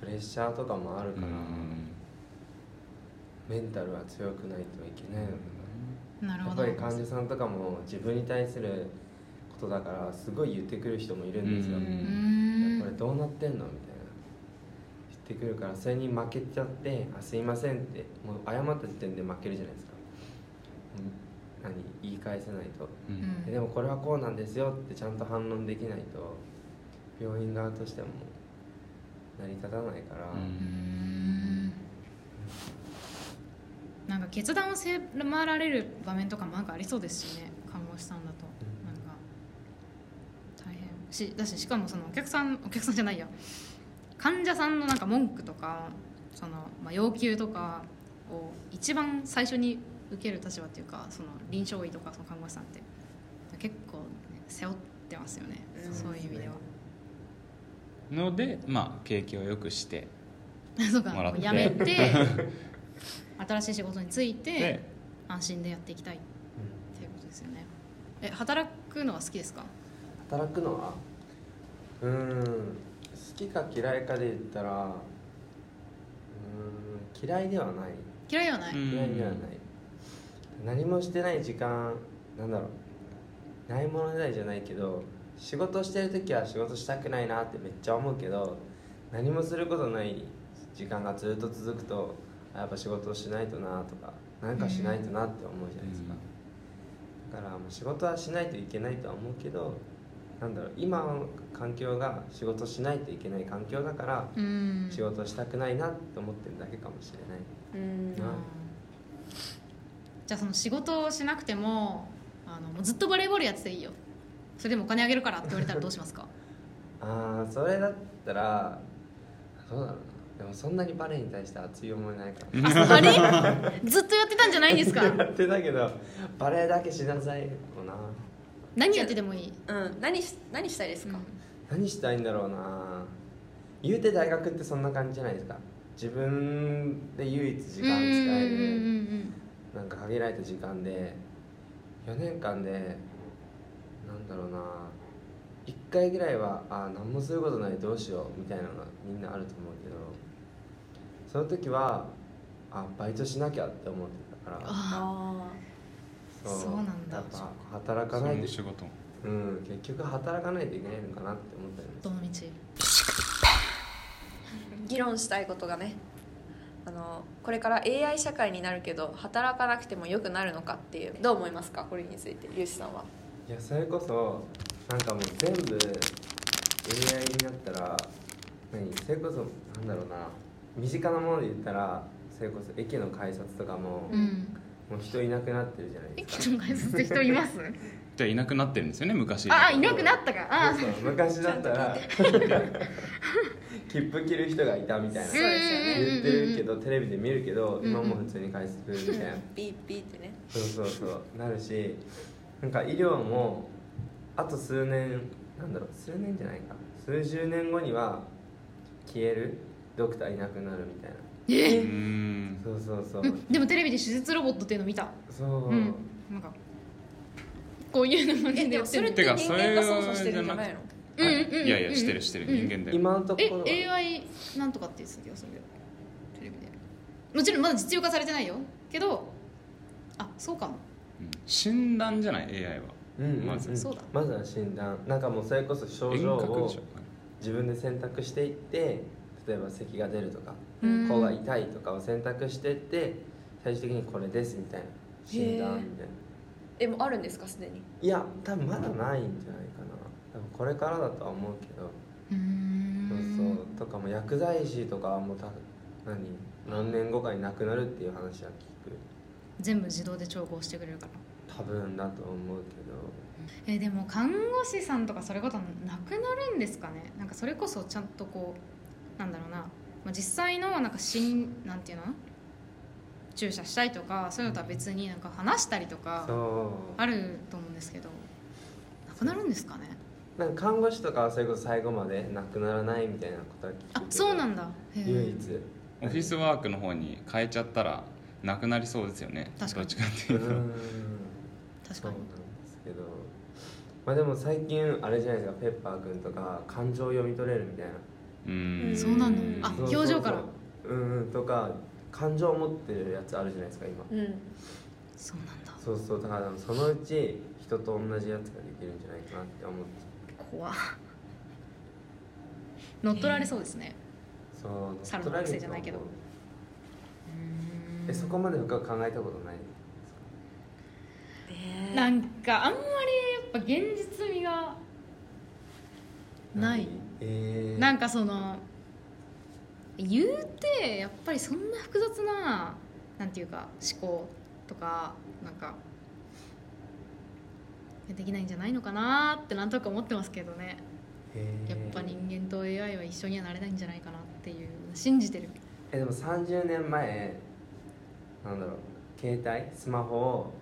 Speaker 5: プレッシャーとかもある
Speaker 4: う
Speaker 5: から、
Speaker 4: ん
Speaker 5: メンタルは強くないといけないのか
Speaker 2: なる
Speaker 5: なや
Speaker 2: ほ
Speaker 5: っ
Speaker 2: ど
Speaker 5: ぱり患者さんとかも自分に対することだからすごい言ってくる人もいるんですよ、
Speaker 4: う
Speaker 2: うん
Speaker 5: いやこれ
Speaker 2: ん
Speaker 5: どうなってんのみたいなってくるからそれに負けちゃって「あすいません」ってもう謝った時点で負けるじゃないですか、うん、何言い返せないと
Speaker 4: う
Speaker 2: うんん
Speaker 5: えでもこれはこうなんですよってちゃんと反論できないと病院側としても成り立たないから、
Speaker 4: う
Speaker 2: うんんなんか決断を迫られる場面とかもなんかありそうですしね看護師さんだと
Speaker 5: うん
Speaker 2: なんか大変しだししかもそのお客さんお客さんじゃないや患者さんのなんか文句とかその、まあ、要求とかを一番最初に受ける立場っていうかその臨床医とかその看護師さんって結構ね、背負ってますよね、
Speaker 3: うん
Speaker 2: そういう意味では。
Speaker 4: のでまあ景気を良くして
Speaker 2: そうか
Speaker 4: もらって
Speaker 2: やめ て新しい仕事に就いて
Speaker 4: で
Speaker 2: 安心でやっていきたいっていうことですよねえ働くのは好きですか
Speaker 5: 働くのはうーん好きか嫌いかで言ったらうーん嫌いではない
Speaker 2: 嫌いではない、
Speaker 4: うん
Speaker 5: 嫌いではない、何もしてない時間なんだろうないものねだりじゃないけど仕事してる時は仕事したくないなってめっちゃ思うけど何もすることない時間がずっと続くとあやっぱ仕事をしないとなとか何かしないとなって思うじゃないですか、だからもう仕事はしないといけないとは思うけどなんだろう今の環境が仕事しないといけない環境だから
Speaker 2: うん
Speaker 5: 仕事したくないなって思ってるだけかもしれない、
Speaker 3: うん
Speaker 2: うんじゃあその仕事をしなくてもあのもうずっとバレーボールやってていいよそれでもお金あげるからって言われたらどうしますか
Speaker 5: ああそれだったらどうだろうなでもそんなにバレエに対して熱い思いないから
Speaker 2: あバレ ーずっとやってたんじゃないんですか
Speaker 5: やってたけどバレエだけしなさいもな
Speaker 2: 何やっててもいい
Speaker 3: うん何し何したいですか、
Speaker 5: 何したいんだろうな言うて大学ってそんな感じじゃないですか自分で唯一時間使え
Speaker 2: うんうん
Speaker 5: る
Speaker 2: うん
Speaker 5: なんか限られた時間で4年間でなんだろうな1回ぐらいはあ何もすることないどうしようみたいなのがみんなあると思うけどその時はあバイトしなきゃって思ってたから
Speaker 2: あ
Speaker 3: あ
Speaker 2: そうなんだ
Speaker 5: やっぱ働か
Speaker 4: そ
Speaker 5: ない
Speaker 4: の
Speaker 5: と
Speaker 4: 仕事も
Speaker 5: うん結局働かないといけないのかなって思ったよね
Speaker 2: あどの道
Speaker 3: ー議論したいことがねあのこれから AI 社会になるけど働かなくても良くなるのかっていうどう思いますかこれについてゆうしさんはい
Speaker 5: やそれこそなんかもう全部 AI になったら何それこそなんだろうな身近なもので言ったらそれこそ駅の改札とかも、
Speaker 2: う
Speaker 5: も
Speaker 2: ん
Speaker 5: う人いなくなってるじゃないですか
Speaker 2: 駅の改札って人います
Speaker 4: じ ゃあいなくなってるんですよね昔
Speaker 2: ああいなくなったかああ
Speaker 5: そうそう昔だったら 切符切る人がいたみたいな
Speaker 3: そうですよね
Speaker 5: 言ってるけどテレビで見るけど
Speaker 2: んうん
Speaker 5: 今もう普通に改札みたいな
Speaker 3: ピーピーってね
Speaker 5: そうそうそうなるしなんか医療もあと数年なんだろう数年じゃないか数十年後には消えるドクターいなくなるみたいな
Speaker 4: う
Speaker 2: え
Speaker 4: ん
Speaker 5: そうそうそう
Speaker 2: うんでもテレビで手術ロボットっていうの見た
Speaker 5: そう、
Speaker 2: うんなんかこういうのもね
Speaker 3: えで
Speaker 2: や
Speaker 3: も
Speaker 2: って
Speaker 3: それっ
Speaker 2: る
Speaker 3: て
Speaker 4: て
Speaker 3: 人
Speaker 4: かそれ
Speaker 3: 間
Speaker 4: は
Speaker 3: が操作してるんじゃないの
Speaker 2: うんうんうん
Speaker 4: いやいやしてるしてる
Speaker 2: うん
Speaker 4: 人間だよ
Speaker 5: 今のところは
Speaker 2: え AI なんとかって言ってたけどそれテレビでもちろんまだ実用化されてないよけどあそうかも
Speaker 4: うん診断じゃない AI は
Speaker 5: うんうんうん
Speaker 4: まず
Speaker 2: そうだ
Speaker 5: まずは診断なんかもうそれこそ症
Speaker 4: 遠
Speaker 5: 状
Speaker 4: 隔で
Speaker 5: を
Speaker 4: しょ
Speaker 5: 自分で選択していって例えば咳が出るとか
Speaker 2: うん
Speaker 5: 顔が痛いとかを選択していって最終的にこれですみたいな診断みたいな
Speaker 3: えもうあるんですかすでに
Speaker 5: いや多分まだないんじゃないかな多分これからだとは思うけど
Speaker 2: うー
Speaker 5: そうんそうとかも薬剤師とかはもうた何何年後かになくなるっていう話は聞く
Speaker 2: 全部自動で調合してくれるから
Speaker 5: 多分だと思うけど
Speaker 2: えーでも看護師さんとかそれこそなくなるんですかねなんかそれこそちゃんとこうなんだろうな、まあ、実際のなんか診なんていうの注射したいとかそういうのとは別になんか話したりとか
Speaker 5: そう
Speaker 2: あると思うんですけどなくなるんですかね
Speaker 5: なんか看護師とかはそれこそ最後までなくならないみたいなことは聞くけど
Speaker 2: あそうなんだへー
Speaker 5: 唯一
Speaker 4: オフィスワークの方に変えちゃったらなくなりそうですよね
Speaker 2: 確かに
Speaker 4: どっちかって
Speaker 5: う
Speaker 4: い
Speaker 5: ー
Speaker 4: うと
Speaker 5: ん
Speaker 2: 確
Speaker 5: そ
Speaker 2: か
Speaker 5: うな
Speaker 2: に
Speaker 5: んですけどまあでも最近あれじゃないですかペッパーくんとか感情を読み取れるみたいな
Speaker 4: うん
Speaker 2: そうなのあ
Speaker 5: そうそうそう
Speaker 2: 表情から
Speaker 5: うんうんとか感情を持ってるやつあるじゃないですか今
Speaker 3: うん
Speaker 2: そうなんだ
Speaker 5: そうそうだからそのうち人と同じやつができるんじゃないかなって思って
Speaker 2: 怖っ乗っ取られそうですね、
Speaker 5: そそう
Speaker 2: 猿の惑星じゃないけど
Speaker 5: えそこまで深く考えたことない
Speaker 2: なんかあんまりやっぱ現実味がない
Speaker 5: えー、
Speaker 2: なんかその言うてやっぱりそんな複雑ななんていうか思考とかなんかできないんじゃないのかなってなんとなく思ってますけどね
Speaker 5: えー
Speaker 2: やっぱ人間と AI は一緒にはなれないんじゃないかなっていう信じてる
Speaker 5: えでも30年前なんだろう携帯スマホを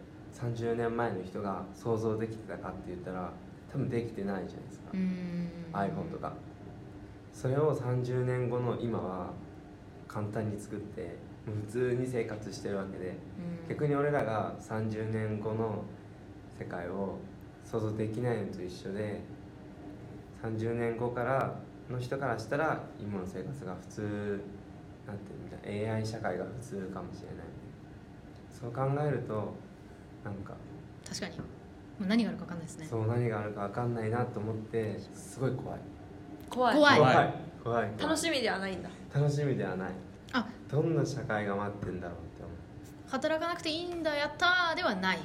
Speaker 5: 30年前の人が想像できてたかって言ったら多分できてないじゃないですか
Speaker 2: うーん
Speaker 5: iPhone とかそれを30年後の今は簡単に作ってもう普通に生活してるわけで
Speaker 2: うん
Speaker 5: 逆に俺らが30年後の世界を想像できないのと一緒で30年後からの人からしたら今の生活が普通なんていうんだ AI 社会が普通かもしれないそう考えるとなんか
Speaker 2: 確かにもう何があるか分かんないですね
Speaker 5: そう何があるか分かんないなと思ってすごい怖い
Speaker 3: 怖い
Speaker 2: 怖い
Speaker 5: 怖い怖い
Speaker 3: 楽しみではないんだ
Speaker 5: 楽しみではない
Speaker 2: あ
Speaker 5: どんな社会が待ってんだろうって思う
Speaker 2: 働かなくていいんだやったーではない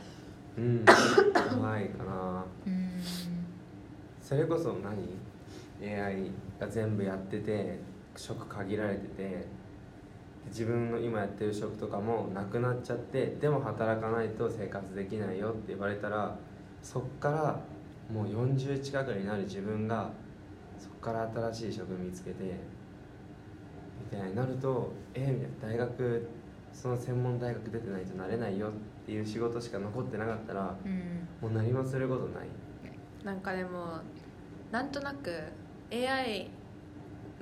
Speaker 5: うん怖いかな
Speaker 2: うーん
Speaker 5: それこそ何 AI が全部やってて職限られててで自分の今やってる職とかもなくなっちゃってでも働かないと生活できないよって言われたらそっからもう40近くになる自分がそっから新しい職見つけてみたいになるとえみたいな大学その専門大学出てないとなれないよっていう仕事しか残ってなかったら
Speaker 2: うん
Speaker 5: もう何もすることない。
Speaker 3: なんかでもなんとなく AI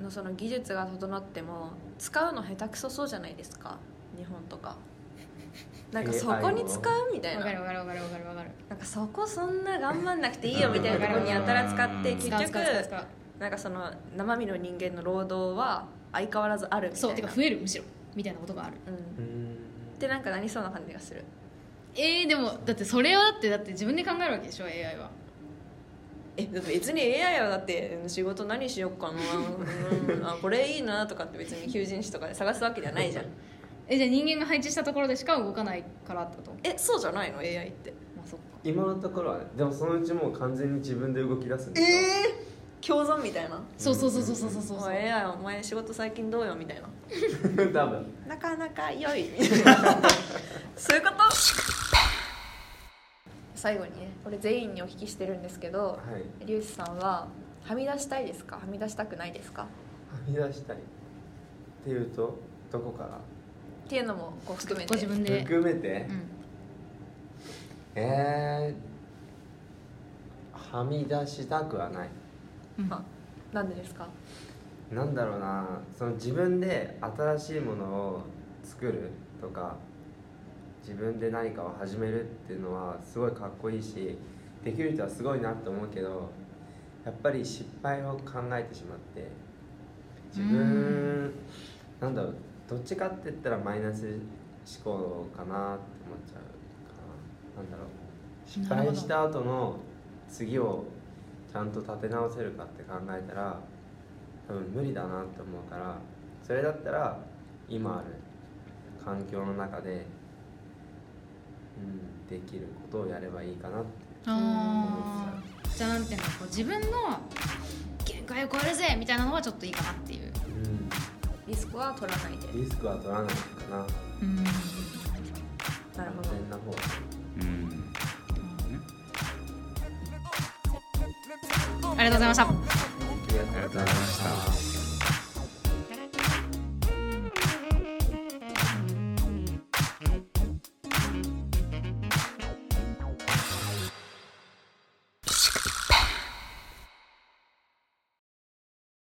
Speaker 3: のその技術が整っても使うの下手くそそうじゃないですか日本とかなんかそこに使うみたい
Speaker 2: 分
Speaker 3: な
Speaker 2: かる分かる分かる分かる分かる
Speaker 3: なんかそこそんな頑張んなくていいよみたいなとこにやたら使って
Speaker 4: うん
Speaker 3: 結
Speaker 2: 使う
Speaker 3: 局
Speaker 2: 使う使う使う
Speaker 3: なんかその生身の人間の労働は相変わらずあるみたいな
Speaker 2: そうてか増えるむしろみたいなことがある
Speaker 3: うん
Speaker 5: うん
Speaker 3: でなんかなりそうな感じがする
Speaker 2: えー、でもだってそれはだってだって自分で考えるわけでしょ AI は
Speaker 3: えだって別に AI はだってうん仕事何しよっかな、うん、あこれいいなとかって別に求人誌とかで探すわけじゃ ないじゃん
Speaker 2: えじゃあ人間が配置したところでしか動かないからってこと
Speaker 3: えそうじゃないの AI って
Speaker 2: まあそっか
Speaker 5: 今のところはねでもそのうちもう完全に自分で動き出すん
Speaker 3: え
Speaker 5: でしょ
Speaker 3: ー、共存みたいな
Speaker 2: そうそうそうそうそうそう
Speaker 3: 「
Speaker 2: そう
Speaker 3: おい AI お前仕事最近どうよ」みたいな
Speaker 5: 多分
Speaker 3: 「なかなか良い」みたいな そういうこと最後にねこれ全員にお聞きしてるんですけど
Speaker 5: はい
Speaker 3: リュウスさんははみ出したいですかはみ出したくないですか
Speaker 5: はみ出したいっていうとどこから
Speaker 3: っていうのもこう含め
Speaker 2: ご
Speaker 3: て
Speaker 2: 自分で、
Speaker 5: 含めて、
Speaker 2: うん、
Speaker 5: えー、はみ出したくはない
Speaker 2: うん
Speaker 3: あなんでですか
Speaker 5: なんだろうなその自分で新しいものを作るとか自分で何かを始めるっていうのはすごいかっこいいしできる人はすごいなと思うけどやっぱり失敗を考えてしまって自分なんだろうどっちかって言ったらマイナス思考かなって思っちゃうかななんだろう失
Speaker 2: なるほ
Speaker 5: 敗
Speaker 2: ど
Speaker 5: した後の次をちゃんと立て直せるかって考えたら多分無理だなって思うからそれだったら今ある環境の中で、うん、できることをやればいいかなって
Speaker 2: あーじゃあなんていうのこう自分の限界を超えるぜみたいなのはちょっといいかなっていう
Speaker 3: リスクは取らないで
Speaker 5: リスクは取らないかな
Speaker 2: うん
Speaker 3: なるほど
Speaker 5: 安全な方
Speaker 4: うん
Speaker 2: ありがとうございました
Speaker 5: ありがとうございました